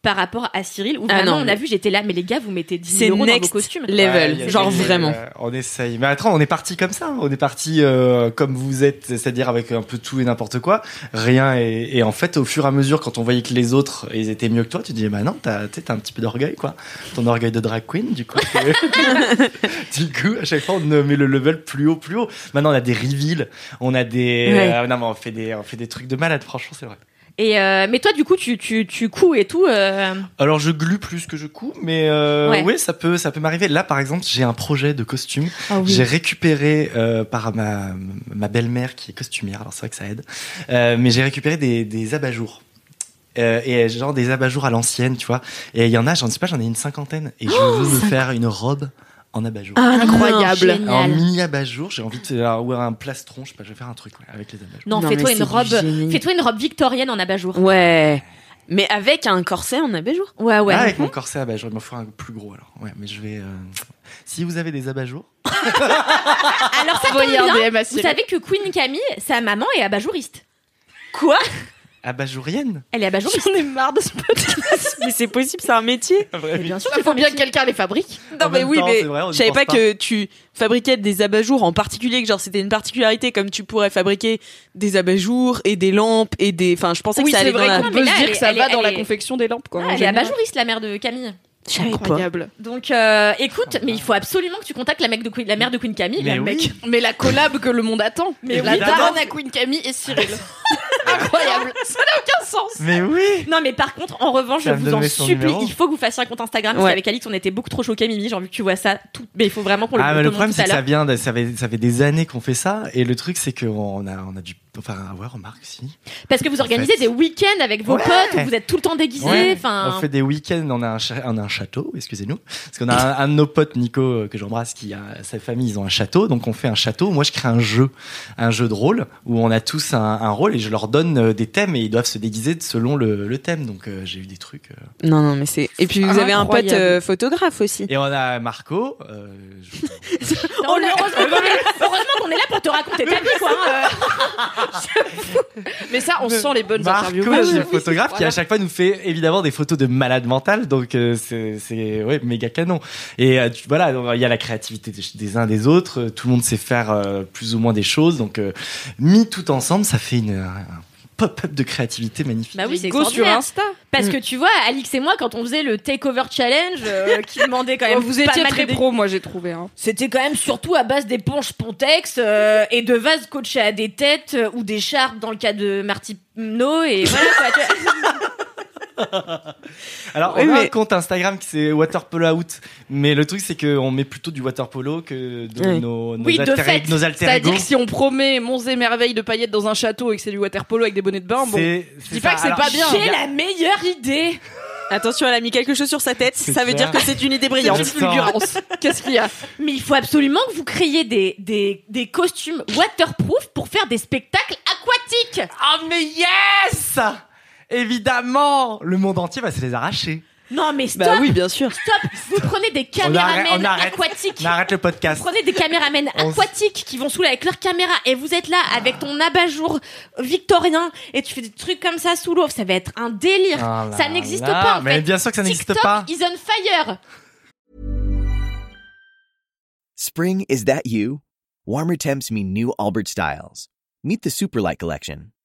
par rapport à Cyril où Ah vraiment, non, on a vu, j'étais là, mais les gars, vous mettez 10 C'est euros dans vos next costumes. level. Ouais, y a genre des- vraiment. euh, on essaye. Mais attends, on est parti comme ça. On est parti euh, comme vous êtes, c'est-à-dire avec un peu tout et n'importe quoi. Rien. Et, et en fait, au fur et à mesure, quand on voyait que les autres, ils étaient mieux que toi, tu disais, bah non, t'as tu sais, t'as un petit peu d'orgueil, quoi. Ton orgueil de drag queen, du coup. du coup, à chaque fois, on euh, met le level plus haut, plus haut. Maintenant, on a des reveals. On a des. Ouais. euh, non, mais on fait des, on fait des trucs de malade, franchement, c'est vrai. Et euh, mais toi, du coup, tu tu tu couds et tout. euh, Alors je glue plus que je couds, mais euh, Ouais. oui, ça peut, ça peut m'arriver. Là, par exemple, j'ai un projet de costume. Ah J'ai récupéré euh, par ma, ma belle-mère qui est costumière, alors c'est vrai que ça aide, Euh, mais j'ai récupéré des, des abat-jours. Euh, et genre des abat-jours à l'ancienne, tu vois. Et il y en a, j'en sais pas, j'en ai une cinquantaine. Et je Oh, veux me faire une robe en abat-jour. Ah, Incroyable. un Oh, génial. mini abat-jour, j'ai envie de faire euh, ouais, un plastron, je sais pas, je vais faire un truc ouais, avec les abat-jours. Non, Non, fais-toi Oh, mais une c'est du robe, génie. fais-toi une robe victorienne en abat-jour. Ouais. Mais avec un corset en abat-jour. Ouais, ouais. Ah, avec mon corset abat-jour, il m'en faut un plus gros alors. Ouais, mais je vais. euh, Si vous avez des abat-jours, Alors ça tombe Envoyer bien. un DM à Vous Cyril. savez que Queen Camille, sa maman est abat-jouriste. Quoi abat-jourienne Elle est abat-jouriste. J'en ai marre de ce podcast. mais c'est possible, c'est un métier. Bien sûr. Il faut bien que quelqu'un les fabrique. Non, En mais même oui, temps, mais c'est vrai, on y je savais pense pas, pas. que tu fabriquais des abat-jours en particulier, que genre c'était une particularité comme tu pourrais fabriquer des abat-jours et des lampes et des. Enfin, je pensais Oui, que ça c'est allait dans vrai la. Non, qu'on mais peut là, se dire elle que est- ça va elle dans est- la confection des lampes, quoi. Ah, en elle est général. abat-jouriste, la mère de Camille. Je savais pas. Incroyable. Donc, euh, écoute, mais il faut absolument que tu contactes la, mec de Queen- la mère de Queen Camille, Mais la oui. mec. Mais la collab que le monde attend. Mais la oui. daronne à Queen Camille et Cyril. Incroyable. Ça n'a aucun sens. Mais oui Non, mais par contre, en revanche, Ça je me vous en donnait son supplie, numéro. il faut que vous fassiez un compte Instagram. Parce Ouais. qu'avec Alix, on était beaucoup trop choqués, Mimi. J'ai envie que tu vois ça. Tout... Mais il faut vraiment qu'on le Ah, mais le commente problème, tout c'est à que ça l'heure. vient, de- ça fait, ça fait des années qu'on fait ça, et le truc, c'est qu'on a, on a dû, enfin, ouais, remarque, si. Parce que vous en organisez fait. des week-ends avec vos Ouais. potes où vous êtes tout le temps déguisés. Ouais. Enfin, On fait des week-ends, on a un, cha- on a un château, excusez-nous, parce qu'on a un, un de nos potes, Nico, euh, que j'embrasse, qui a sa famille, ils ont un château, donc on fait un château. Moi, je crée un jeu, un jeu de rôle où on a tous un, un rôle et je leur donne euh, des thèmes et ils doivent se déguiser selon le, le thème. Donc euh, j'ai eu des trucs. euh. Non, non, mais c'est. Et puis vous avez un pote Incroyable. euh, photographe aussi. Et on a Marco. euh, je- Non, heureusement qu'on est- heureusement qu'on est là pour te raconter ta vie, quoi. hein. Mais ça, on sent les bonnes Marco, interviews. le photographe qui Ah Voilà. à chaque fois nous fait évidemment des photos de malade mental, donc euh, c'est c'est, ouais, méga canon. Et euh, tu- voilà, donc, il y a la créativité des, des uns des autres, euh, tout le monde sait faire euh, plus ou moins des choses, donc euh, mis tout ensemble, ça fait une, un pop-up de créativité magnifique. Bah oui, c'est Go sur extraordinaire. Insta. Parce que tu vois, Alix et moi, quand on faisait le takeover challenge, euh, qui demandait quand même. Vous pas étiez mal très de- pro, moi j'ai trouvé. hein. C'était quand même surtout à base d'éponges Pontex euh, et de vases coachés à des têtes euh, ou d'écharpes dans le cas de Marty No et voilà quoi, tu vois. Alors, Oui, on a un mais- compte Instagram qui c'est Waterpolo Out, mais le truc c'est qu'on met plutôt du waterpolo que de Oui. nos, nos Oui, de alter- fait. nos alter C'est-à-dire ego. que si on promet monts et merveilles de paillettes dans un château et que c'est du waterpolo avec des bonnets de bain, bon. C'est- Je dis pas ça. que c'est Alors, pas bien. J'ai la meilleure idée. Attention, elle a mis quelque chose sur sa tête. C'est Ça veut clair. dire que c'est une idée C'est brillante. une fulgurance. Qu'est-ce qu'il y a Mais il faut absolument que vous créiez des, des, des costumes waterproof pour faire des spectacles aquatiques. Ah mais yes Évidemment Le monde entier va se les arracher. Non mais stop, Bah oui, bien sûr. stop. Vous prenez des On arrête- on caméramens arrête. aquatiques. On arrête le podcast. Prenez des caméramens On s- aquatiques qui vont sous l'eau avec leur caméra et vous êtes là avec ton abat-jour victorien et tu fais des trucs comme ça sous l'eau. Ça va être un délire. Ah là ça n'existe là, pas en Mais fait. bien sûr que ça n'existe TikTok pas. is on fire. Spring, is that you? Warmer temps mean new Albert styles. Meet the Superlight Collection,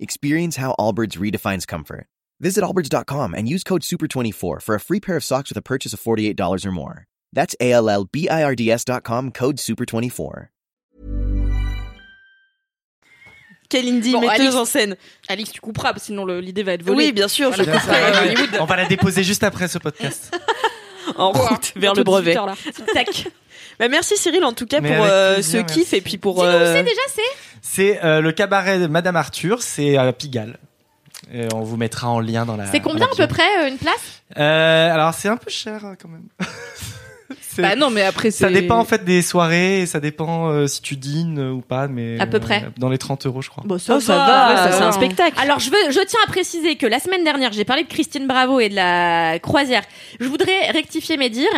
Experience how Allbirds redefines comfort. Visit Allbirds.com and use code SUPER24 for a free pair of socks with a purchase of $48 or more. That's A L L B I R D S.com code SUPER24. Quelle indie Bon, metteuse Alix- en scène. Alix, tu couperas, parce que sinon le- l'idée va être volée. Oui, bien sûr. Voilà. je Bien couperai. sûr, ouais, ouais. On va la déposer juste après ce podcast. En route vers le brevet. Tac. Bah, merci Cyril en tout cas Mais pour avec euh, ce plaisir, kiff merci. et puis pour. Dis-nous où euh, c'est déjà c'est. C'est euh, le cabaret de Madame Arthur, c'est à Pigalle. Et on vous mettra en lien dans la. C'est combien la à peu bio. près euh, une place Euh, Alors c'est un peu cher euh, quand même. C'est- Bah non, mais après, c'est. ça dépend en fait des soirées, et ça dépend euh, si tu dînes euh, ou pas, mais À peu euh, près. dans les 30 euros je crois. Bon, Oh, ça va, ouais, ça c'est va. un spectacle. Alors je veux, je tiens à préciser que la semaine dernière j'ai parlé de Christine Bravo et de la croisière. Je voudrais rectifier mes dires.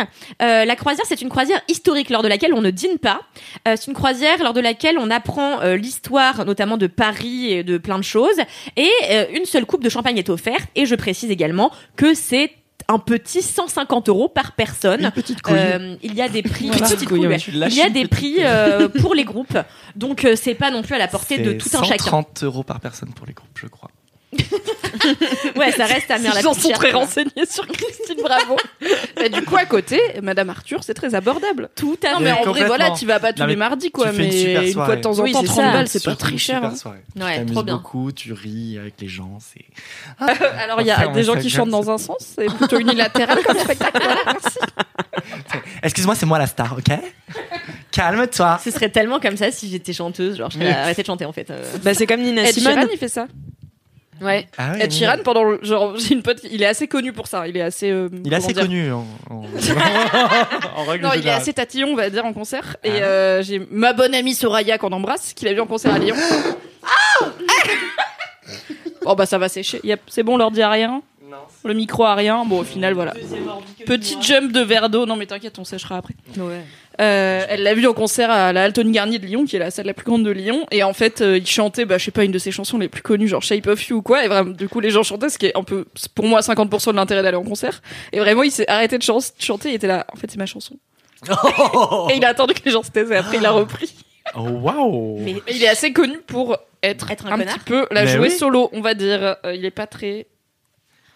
Euh, la croisière c'est une croisière historique lors de laquelle on ne dîne pas. Euh, c'est une croisière lors de laquelle on apprend euh, l'histoire notamment de Paris et de plein de choses. Et euh, une seule coupe de champagne est offerte. Et je précise également que c'est un petit 150 euros par personne. petite Euh, il y a des prix, Voilà. Petite Couille, couille, ouais. ouais. Tu lâches il y a une des petite prix euh, pour les groupes, donc euh, c'est pas non plus à la portée de C'est tout un chacun. 130 euros par personne pour les groupes, je crois. Ouais, ça reste à mère la Ils en plus sont chère, très quoi. renseignés sur Christine Bravo. Bah, du coup, à côté, Madame Arthur, c'est très abordable. Tout à Non, fait. mais en vrai, complètement. voilà, tu vas pas tous Non, mais les mardis, quoi. tu fais une Mais super une, soirée. fois de temps en Oui, temps, c'est 30 ça. balles, c'est pas Surtout très une cher. super hein. soirée. Ouais, tu trop t'amuses bien. beaucoup, tu ris avec les gens, c'est Alors, il y a Enfin, des gens ça qui vient chantent de- dans un sens, c'est plutôt unilatéral comme spectacle. Voilà, merci. Excuse-moi, c'est moi la star, ok Calme-toi. Ce serait tellement comme ça si j'étais chanteuse, genre je serais arrêtée de chanter en fait. euh. Bah, c'est comme Nina Ed Sheeran, Simone. il fait ça. Ouais. Ah oui, Ed oui. Sheeran, pendant le- genre, j'ai une pote, il est assez connu pour ça. Il est assez. euh, Il est assez comment dire, connu en, en- en règle Non, il est générale. Ah. assez tatillon, on va dire, en concert. Et euh, j'ai ma bonne amie Soraya qu'on embrasse, qu'il a vu en concert à Lyon. Bon, bah ça va sécher. Yep, C'est bon, l'ordi a rien. Le micro a rien. Bon, au final, voilà. Petit jump de verre d'eau. Non, mais t'inquiète, on séchera après. Euh, elle l'a vu en concert à la Alton Garnier de Lyon, qui est la salle la plus grande de Lyon. Et en fait, euh, il chantait, bah, je sais pas, une de ses chansons les plus connues, genre Shape of You ou quoi. Et vraiment, du coup, les gens chantaient, ce qui est un peu, pour moi, 50% de l'intérêt d'aller en concert. Et vraiment, il s'est arrêté de chan- de chanter. Il était là, en fait, c'est ma chanson. Et il a attendu que les gens se taisent et après il a repris. Oh, waouh Mais Mais il est assez connu pour être, Être un un, connard. petit peu la Mais jouer oui. solo, on va dire. Euh, il est pas très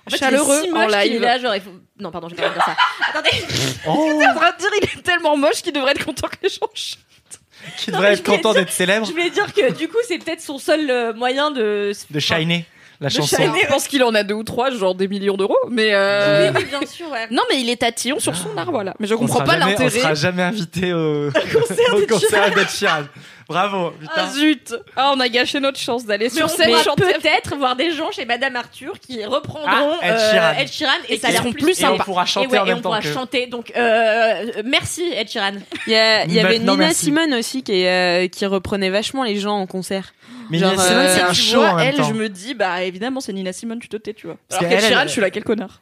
en fait, il est chaleureux si en moche qu'il est live. là, genre il faut. Non, pardon, j'ai pas envie de dire ça. Attendez, Oh En train de dire, il est tellement moche qu'il devrait être content que les gens chantent. Qui Non, mais devrait je être content voulais d'être célèbre, je voulais dire que du coup c'est peut-être son seul euh, moyen de. de shiner la De chanson. Shining, Je pense qu'il en a deux ou trois, genre des millions d'euros. Mais euh, Oui, oui, bien sûr, ouais. non, mais il est tatillon sur son art, voilà. Mais je Ah. On comprends sera pas jamais- On l'intérêt. sera jamais invité au, concert au de concert d'Ed Sheeran. Bravo. Putain. Ah zut Ah, on a gâché notre chance d'aller Mais on sur scène pourra chanter. peut-être voir des gens chez Madame Arthur qui reprendront Ah, Ed euh, Sheeran. Ed Sheeran et, Et ça a qui l'air seront plus plus sympas. sympa. Et on pourra chanter et ouais, en même et on temps pourra que- chanter. Donc euh, merci Ed Sheeran. Il y, a- il y Maintenant, avait Nina merci. Simone aussi qui, est, euh, qui reprenait vachement les gens en concert. Mais Genre, Nina Simone, euh, c'est un Tu show vois, en même elle, temps. je me dis, bah évidemment, c'est Nina Simone, tu te tais, tu vois. Parce Alors qu'elle, qu'Ed Sheeran, elle- je suis là, quel connard.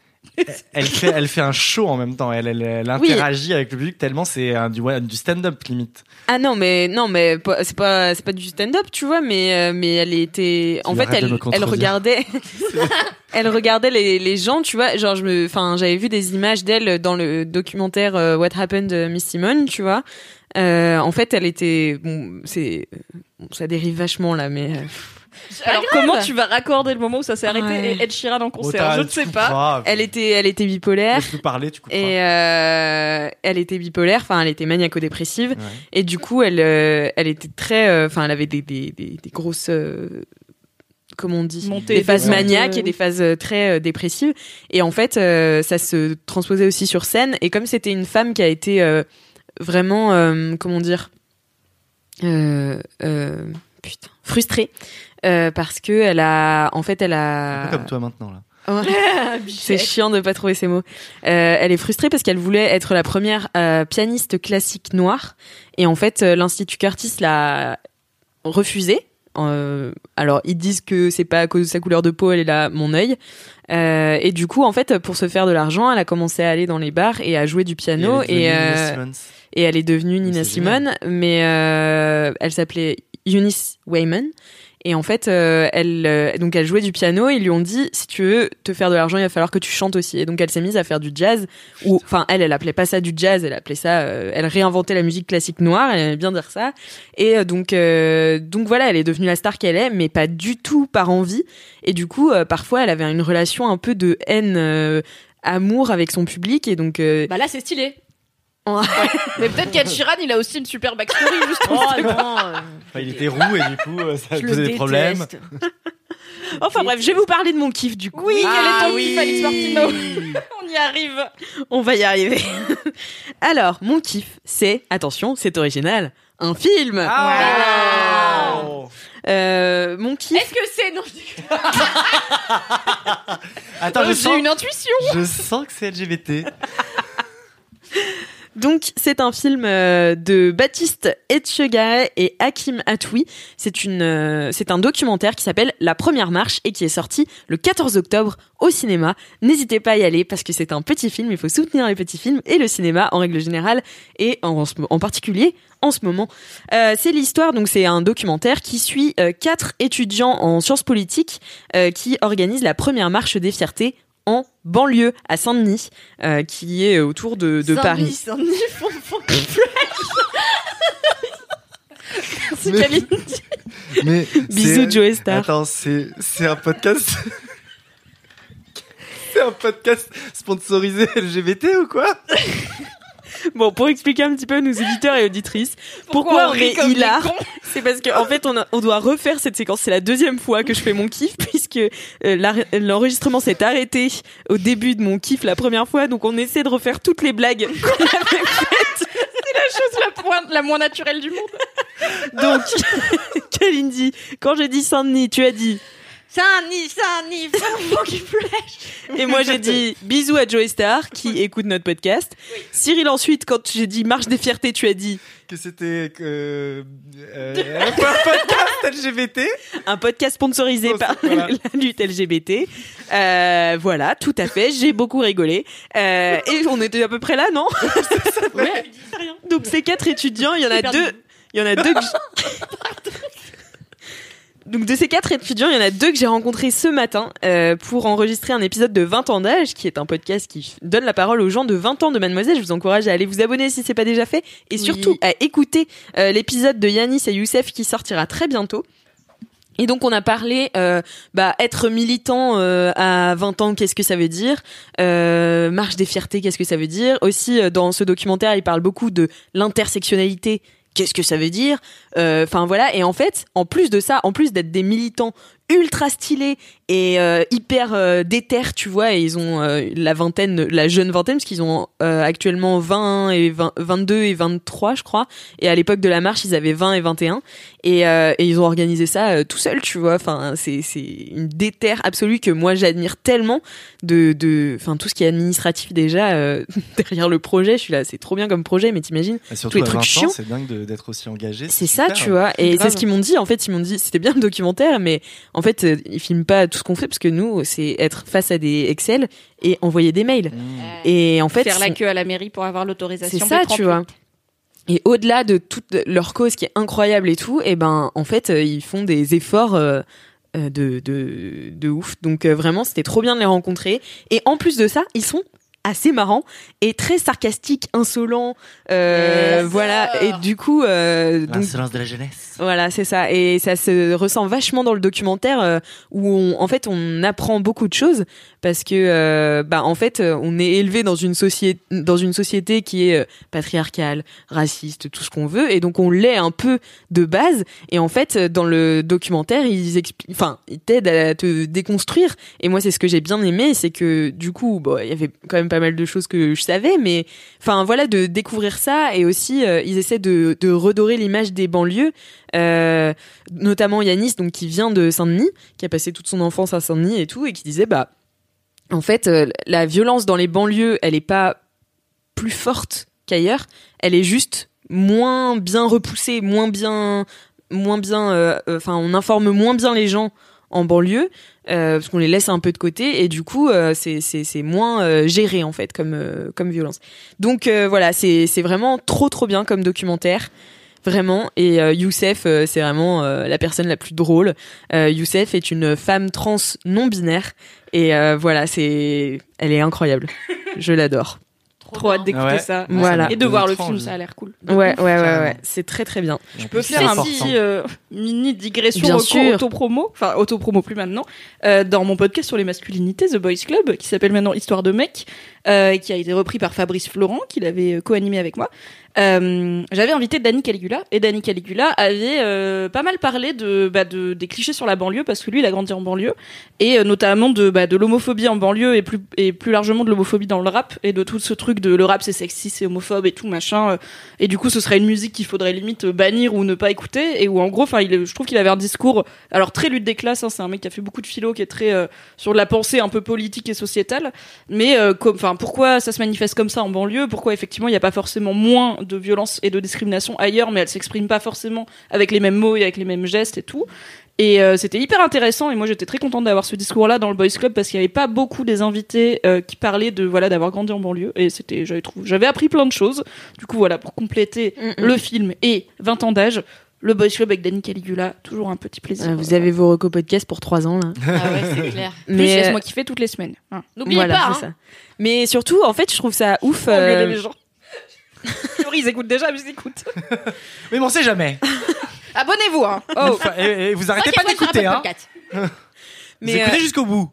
Elle fait, elle fait un show en même temps. Elle, elle, elle Oui. interagit avec le public tellement c'est un, du, du stand-up limite. Ah non mais non mais pas- c'est pas c'est pas du stand-up tu vois mais euh, mais elle était en Tu fait arrêtes de elle me elle contredire. regardait elle regardait les, les gens tu vois genre je me enfin j'avais vu des images d'elle dans le documentaire euh, What Happened to Miss Simone tu vois Euh, en fait elle était bon c'est bon, ça dérive vachement là mais euh, Alors grave. comment tu vas raccorder le moment où ça s'est arrêté Ouais. et Ed Sheeran en Oh, concert t'as- Je ne tu sais pas. couperas. elle était elle était bipolaire Laisse-nous parler, tu couperas. et euh, elle était bipolaire enfin elle était maniaco-dépressive Ouais. Et du coup, elle, euh, elle était très, euh, enfin, elle avait des, des, des, des grosses, euh, comment on dit, Montée des et phases descente, maniaques euh, et des phases euh, très euh, dépressives. Et en fait, euh, ça se transposait aussi sur scène. Et comme c'était une femme qui a été euh, vraiment, euh, comment dire, euh, euh, putain, frustrée. euh, parce que elle a, en fait, elle Un a. peu comme toi maintenant là. Ah, C'est chiant de pas trouver ces mots. Euh, elle est frustrée parce qu'elle voulait être la première euh, pianiste classique noire et en fait euh, l'institut Curtis l'a refusée. Euh, alors ils disent que c'est pas à cause de sa couleur de peau, elle est là mon œil. Euh, et du coup en fait pour se faire de l'argent, elle a commencé à aller dans les bars et à jouer du piano Et et, elle est devenue Nina euh, Simone. et elle est devenue Nina c'est génial. Simone, mais euh, elle s'appelait Eunice Wayman. Et en fait, euh, elle, euh, donc elle jouait du piano. Et ils lui ont dit, si tu veux te faire de l'argent, il va falloir que tu chantes aussi. Et donc elle s'est mise à faire du jazz. Ou enfin, elle, elle appelait pas ça du jazz. Elle appelait ça, euh, elle réinventait la musique classique noire. Elle aimait bien dire ça. Et euh, donc, euh, donc voilà, elle est devenue la star qu'elle est, mais pas du tout par envie. Et du coup, euh, parfois, elle avait une relation un peu de haine. euh, amour avec son public et donc euh, Bah là c'est stylé. Mais peut-être qu'Ed Sheeran, il a aussi une super backstory. juste Oh non. euh, Enfin, il était roux et du coup euh, ça je le posait des déteste. problèmes. Enfin bref, je vais vous parler de mon kiff du coup. Oui, Ah quel est ton kiff, Alex Martino on y arrive. On va y arriver. Alors, mon kiff, c'est, attention, c'est original, un film. Ah Euh, mon kiff, Est-ce que c'est non je dis- Attends, je Oh, J'ai sens, une intuition. je sens que c'est LGBT. donc, c'est un film euh, de Baptiste Etchegaray et Hakim Atoui. C'est une, euh, c'est un documentaire qui s'appelle La Première Marche et qui est sorti le 14 octobre au cinéma. N'hésitez pas à y aller parce que c'est un petit film. Il faut soutenir les petits films et le cinéma en règle générale et en, en ce- en particulier en ce moment. Euh, c'est l'histoire, donc c'est un documentaire qui suit euh, quatre étudiants en sciences politiques euh, qui organisent la première marche des fiertés en banlieue à Saint-Denis, euh, qui est autour de, de Saint-Denis, Paris. Saint-Denis, font- font- C'est Camille. Mais Bisous, c'est- Joe Star. Attends, c'est c'est un podcast. c'est un podcast sponsorisé LGBT ou quoi Bon, pour expliquer un petit peu à nos auditeurs et auditrices pourquoi, on est comme des hilar, cons c'est parce qu'en fait on, a- on doit refaire cette séquence. C'est la deuxième fois que je fais mon kiff puisque euh, l'ar- l'enregistrement s'est arrêté au début de mon kiff la première fois, donc on essaie de refaire toutes les blagues qu'on avait faites. chose la, point- la moins naturelle du monde. Donc, Kalindi, quand j'ai dit Saint-Denis, tu as dit. Saint-Denis, Saint-Denis, font- font qui flèche. Et moi j'ai dit bisous à Joe Star qui écoute notre podcast. Cyril ensuite, quand j'ai dit marche des fiertés, tu as dit Que c'était euh, euh, un podcast LGBT un podcast sponsorisé Oh, par voilà. la lutte LGBT. Euh, voilà, tout à fait. J'ai beaucoup rigolé. Euh, et on était à peu près là, non Ouais. Donc ces quatre étudiants, il y en a J'ai perdu. deux. Il y en a deux. que j'- Donc de ces quatre étudiants, il y en a deux que j'ai rencontrés ce matin euh, pour enregistrer un épisode de 20 ans d'âge, qui est un podcast qui donne la parole aux gens de 20 ans de Mademoiselle. Je vous encourage à aller vous abonner si c'est pas déjà fait, et surtout à écouter euh, l'épisode de Yanis et Youssef qui sortira très bientôt. Et donc on a parlé euh, bah, être militant euh, à 20 ans, qu'est-ce que ça veut dire Euh, Marche des fiertés, qu'est-ce que ça veut dire Aussi euh, dans ce documentaire, il parle beaucoup de euh, l'intersectionnalité. Qu'est-ce que ça veut dire Enfin voilà. Et en fait, en plus de ça, en plus d'être des militants ultra stylés et euh, hyper euh, déter, tu vois. Et ils ont euh, la vingtaine, la jeune vingtaine, parce qu'ils ont euh, actuellement 20 et 20 22 et 23, je crois. Et à l'époque de la marche, ils avaient 20 et 21. Et, euh, et ils ont organisé ça euh, tout seul, tu vois. Enfin, c'est c'est une déterre absolue que moi j'admire tellement de de, enfin tout ce qui est administratif déjà euh, derrière le projet. Je suis là, c'est trop bien comme projet, mais t'imagines Et tous les à trucs 20 ans, chiants. C'est dingue de- d'être aussi engagé. C'est ça, super. tu vois. Et c'est Grave. ce qu'ils m'ont dit. En fait, ils m'ont dit, c'était bien le documentaire, mais en fait, euh, ils filment pas tout ce qu'on fait parce que nous, c'est être face à des Excel et envoyer des mails. Mmh. Et en fait, faire la ils sont- queue à la mairie pour avoir l'autorisation. c'est des ça, tu 38. vois. Et au-delà de toute leur cause qui est incroyable et tout, et ben en fait euh, ils font des efforts euh, euh, de, de de ouf. Donc euh, vraiment c'était trop bien de les rencontrer. Et en plus de ça, ils sont assez marrants et très sarcastiques, insolents. euh, voilà. Et du coup, Ah, euh, donc- L'insolence de la jeunesse. voilà, c'est ça. Et ça se ressent vachement dans le documentaire euh, où on, en fait, on apprend beaucoup de choses parce que, euh, bah, en fait, euh, on est élevé dans une société, dans une société qui est euh, patriarcale, raciste, tout ce qu'on veut, et donc on l'est un peu de base. Et en fait, euh, dans le documentaire, ils expliquent, enfin, ils t'aident à te déconstruire. Et moi, c'est ce que j'ai bien aimé, c'est que du coup, bon, il y avait quand même pas mal de choses que je savais, mais enfin, voilà, de découvrir ça et aussi, euh, ils essaient de, de redorer l'image des banlieues. Euh, notamment Yanis, donc qui vient de Saint-Denis, qui a passé toute son enfance à Saint-Denis et tout, et qui disait bah en fait euh, la violence dans les banlieues, elle est pas plus forte qu'ailleurs, elle est juste moins bien repoussée, moins bien, moins bien, euh, euh, enfin on informe moins bien les gens en banlieue euh, parce qu'on les laisse un peu de côté et du coup euh, c'est c'est c'est moins euh, géré en fait comme euh, comme violence. Donc euh, voilà c'est c'est vraiment trop trop bien comme documentaire vraiment et euh, Youssef euh, c'est vraiment euh, la personne la plus drôle. Euh, Youssef est une femme trans non binaire et euh, voilà c'est elle est incroyable. Je l'adore. Trop hâte d'écouter Ouais. ça. Voilà. Et de voir le Étrange. film, ça a l'air cool. Ouais, ouais, ouais, ouais. C'est très très bien. Je peux faire un petit euh, mini digression Bien au- sûr. auto-promo, enfin auto-promo plus maintenant, euh, dans mon podcast sur les masculinités, The Boys Club, qui s'appelle maintenant Histoire de mec, euh, qui a été repris par Fabrice Florent, qui l'avait euh, co-animé avec moi. Euh, J'avais invité Danny Caligula, et Danny Caligula avait euh, pas mal parlé de, bah, de des clichés sur la banlieue, parce que lui, il a grandi en banlieue, et euh, notamment de, bah, de l'homophobie en banlieue, et plus, et plus largement de l'homophobie dans le rap, et de tout ce truc de le rap c'est sexy, c'est homophobe, et tout machin. euh, et du coup, ce serait une musique qu'il faudrait limite euh, bannir ou ne pas écouter. Et où en gros, enfin, il est- je trouve qu'il avait un discours. Alors très lutte des classes. hein, c'est un mec qui a fait beaucoup de philo, qui est très euh, sur de la pensée un peu politique et sociétale. Mais euh, comme- enfin, pourquoi ça se manifeste comme ça en banlieue Pourquoi effectivement il n'y a pas forcément moins de violence et de discrimination ailleurs, mais elle s'exprime pas forcément avec les mêmes mots et avec les mêmes gestes et tout. Et euh, c'était hyper intéressant et moi j'étais très contente d'avoir ce discours-là dans le Boys Club parce qu'il n'y avait pas beaucoup des invités euh, qui parlaient de voilà d'avoir grandi en banlieue et c'était j'avais trouvé j'avais appris plein de choses. Du coup voilà pour compléter Mm-mm. le film et 20 ans d'âge, le Boys Club avec Danny Caligula toujours un petit plaisir. Ah, Vous avez vos recos podcast pour 3 ans là. Ah ouais, c'est clair. Mais, Plus euh, laisse-moi kiffer toutes les semaines. hein. N'oubliez Voilà, pas. c'est hein. ça. Mais surtout, en fait, je trouve ça ouf. Faut engueuler euh, les gens. A priori, ils écoutent déjà, mais ils écoutent. euh, Mais bon, on sait jamais. Abonnez-vous. Hein. Oh. Une fois- et, et vous arrêtez pas d'écouter. Hein. Mais, vous écoutez euh, jusqu'au bout.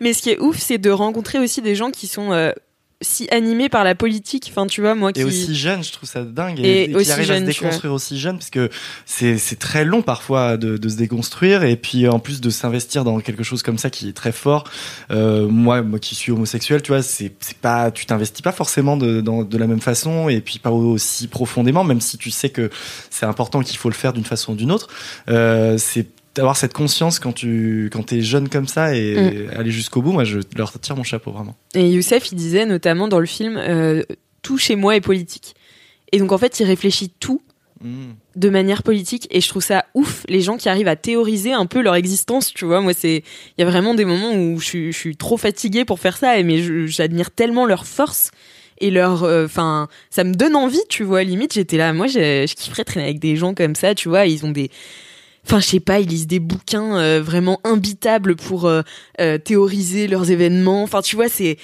Mais ce qui est ouf, c'est de rencontrer aussi des gens qui sont euh, si animés par la politique. Enfin, tu vois, moi qui. Et aussi jeune, je trouve ça dingue. Et Et, qui aussi arrive à se jeune, tu vois. déconstruire aussi jeune, parce que c'est c'est très long parfois de, de se déconstruire. Et puis en plus de s'investir dans quelque chose comme ça qui est très fort. Euh, moi, moi qui suis homosexuel, tu vois, c'est c'est pas, tu t'investis pas forcément de, dans- de la même façon et puis pas aussi profondément, même si tu sais que c'est important qu'il faut le faire d'une façon ou d'une autre. Euh, c'est d'avoir cette conscience quand tu quand es jeune comme ça et Mm. aller jusqu'au bout. Moi, je leur tire mon chapeau vraiment. Et Youssef, il disait notamment dans le film euh, Tout chez moi est politique. Et donc, en fait, il réfléchit tout Mm. de manière politique et je trouve ça ouf les gens qui arrivent à théoriser un peu leur existence tu vois moi c'est il y a vraiment des moments où je, suis- je suis trop fatiguée pour faire ça et mais je- j'admire tellement leur force et leur euh, enfin ça me donne envie tu vois limite j'étais là moi je, je kifferais traîner avec des gens comme ça tu vois ils ont des Enfin, je sais pas, ils lisent des bouquins euh, vraiment imbitables pour euh, euh, théoriser leurs événements. Enfin, tu vois, c'est,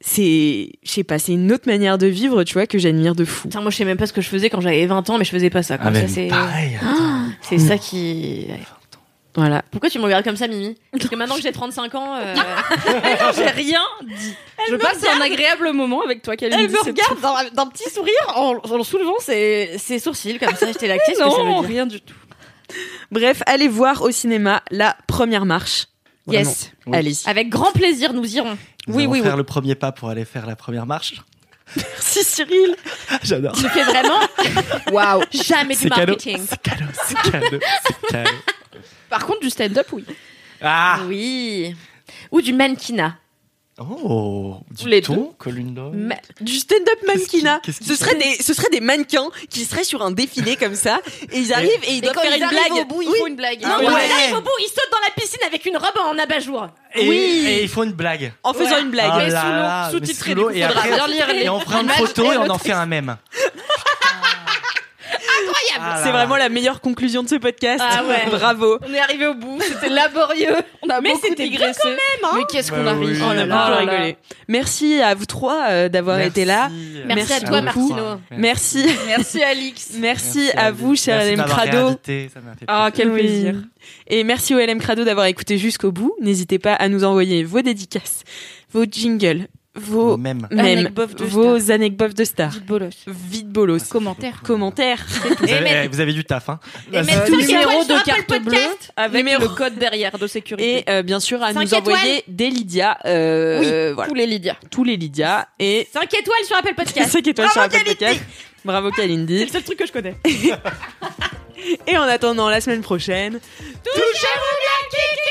c'est, je sais pas, c'est une autre manière de vivre, tu vois, que j'admire de fou. Putain, moi je sais même pas ce que je faisais quand j'avais 20 ans, mais je faisais pas ça. quoi. Ah, mais Ça, c'est bah. pareil, attends. Ah, c'est ça qui. ouais. Voilà. Pourquoi tu me regardes comme ça, Mimi Parce que maintenant que j'ai 35 ans. euh, Mais non, j'ai rien dit. je me passe regarde. un agréable moment avec toi, Kalindi. Elle me c'est regarde tout. d'un- d'un petit sourire en, en soulevant ses, ses sourcils comme ça. J'étais là, Mais qu'est-ce que ça veut non, dire rien du tout. Bref, allez voir au cinéma la première marche. Yes. Oui. allez Avec grand plaisir, nous irons. Nous oui, allons oui, oui. faire le premier pas pour aller faire la première marche. Ah, Merci Cyril. J'adore. Tu fais vraiment. Waouh. Jamais du C'est cadeau. marketing. C'est cadeau, c'est cadeau. Par contre, du stand-up, oui. Ah Oui. Ou du mannequinat. Oh Du Les ton, Colline Doyle. Ma- Du stand-up mannequinat. qu'est-ce qui Ce serait des, ce serait des mannequins qui seraient sur un défilé comme ça et ils arrivent et, ils doivent quand faire ils une arrivent blague. au bout, ils Oui. font une blague. Non, Ah ouais. quand il arrive au bout, il saute dans la piscine avec une robe en abat-jour. Et, Oui. et il faut une blague. En faisant une blague. Ah mais sous là l'eau, là, mais sous-titré, sous du l'eau, coup, et faudra après- bien lire les- Et on prend une l'image photo et et on le en fait un mème. Ah Incroyable C'est vraiment la meilleure conclusion de ce podcast. Ah ouais. Bravo. On est arrivé au bout, c'était laborieux. On a Mais beaucoup c'était bien dégraissé. même, hein. Mais qu'est-ce Bah qu'on a ri oui. Oh là On Ah, a beaucoup j'ai rigolé. rigolé. Merci à vous trois euh, d'avoir été là. Merci à toi, beaucoup. Martino. Merci. Merci Alix. Merci à vous, cher LM Crado. Ah, Ah, quel Oui. plaisir. Et merci au LM Crado d'avoir écouté jusqu'au bout. N'hésitez pas à nous envoyer vos dédicaces, vos jingles, vos Même. mèmes, Anecbof de vos anecdotes de stars. Bolos. Vite bolos. Commentaire. Commentaires. Vous Et avez, même- vous avez du taf, hein Et mettre Euh, 5 numéro étoiles de sur Apple carte Podcast. Avec Numéro- le code derrière de sécurité. Et euh, bien sûr, à Cinq nous envoyer étoiles. des Lydia. euh, euh, voilà. tous les Lydia. Tous les Lydia. Et 5 étoiles sur Apple Podcast. cinq étoiles sur Bravo, Apple Kalindi. Podcast. Bravo Kalindi. seul truc que je connais. Et en attendant la semaine prochaine, Touchez-vous bien, Kiki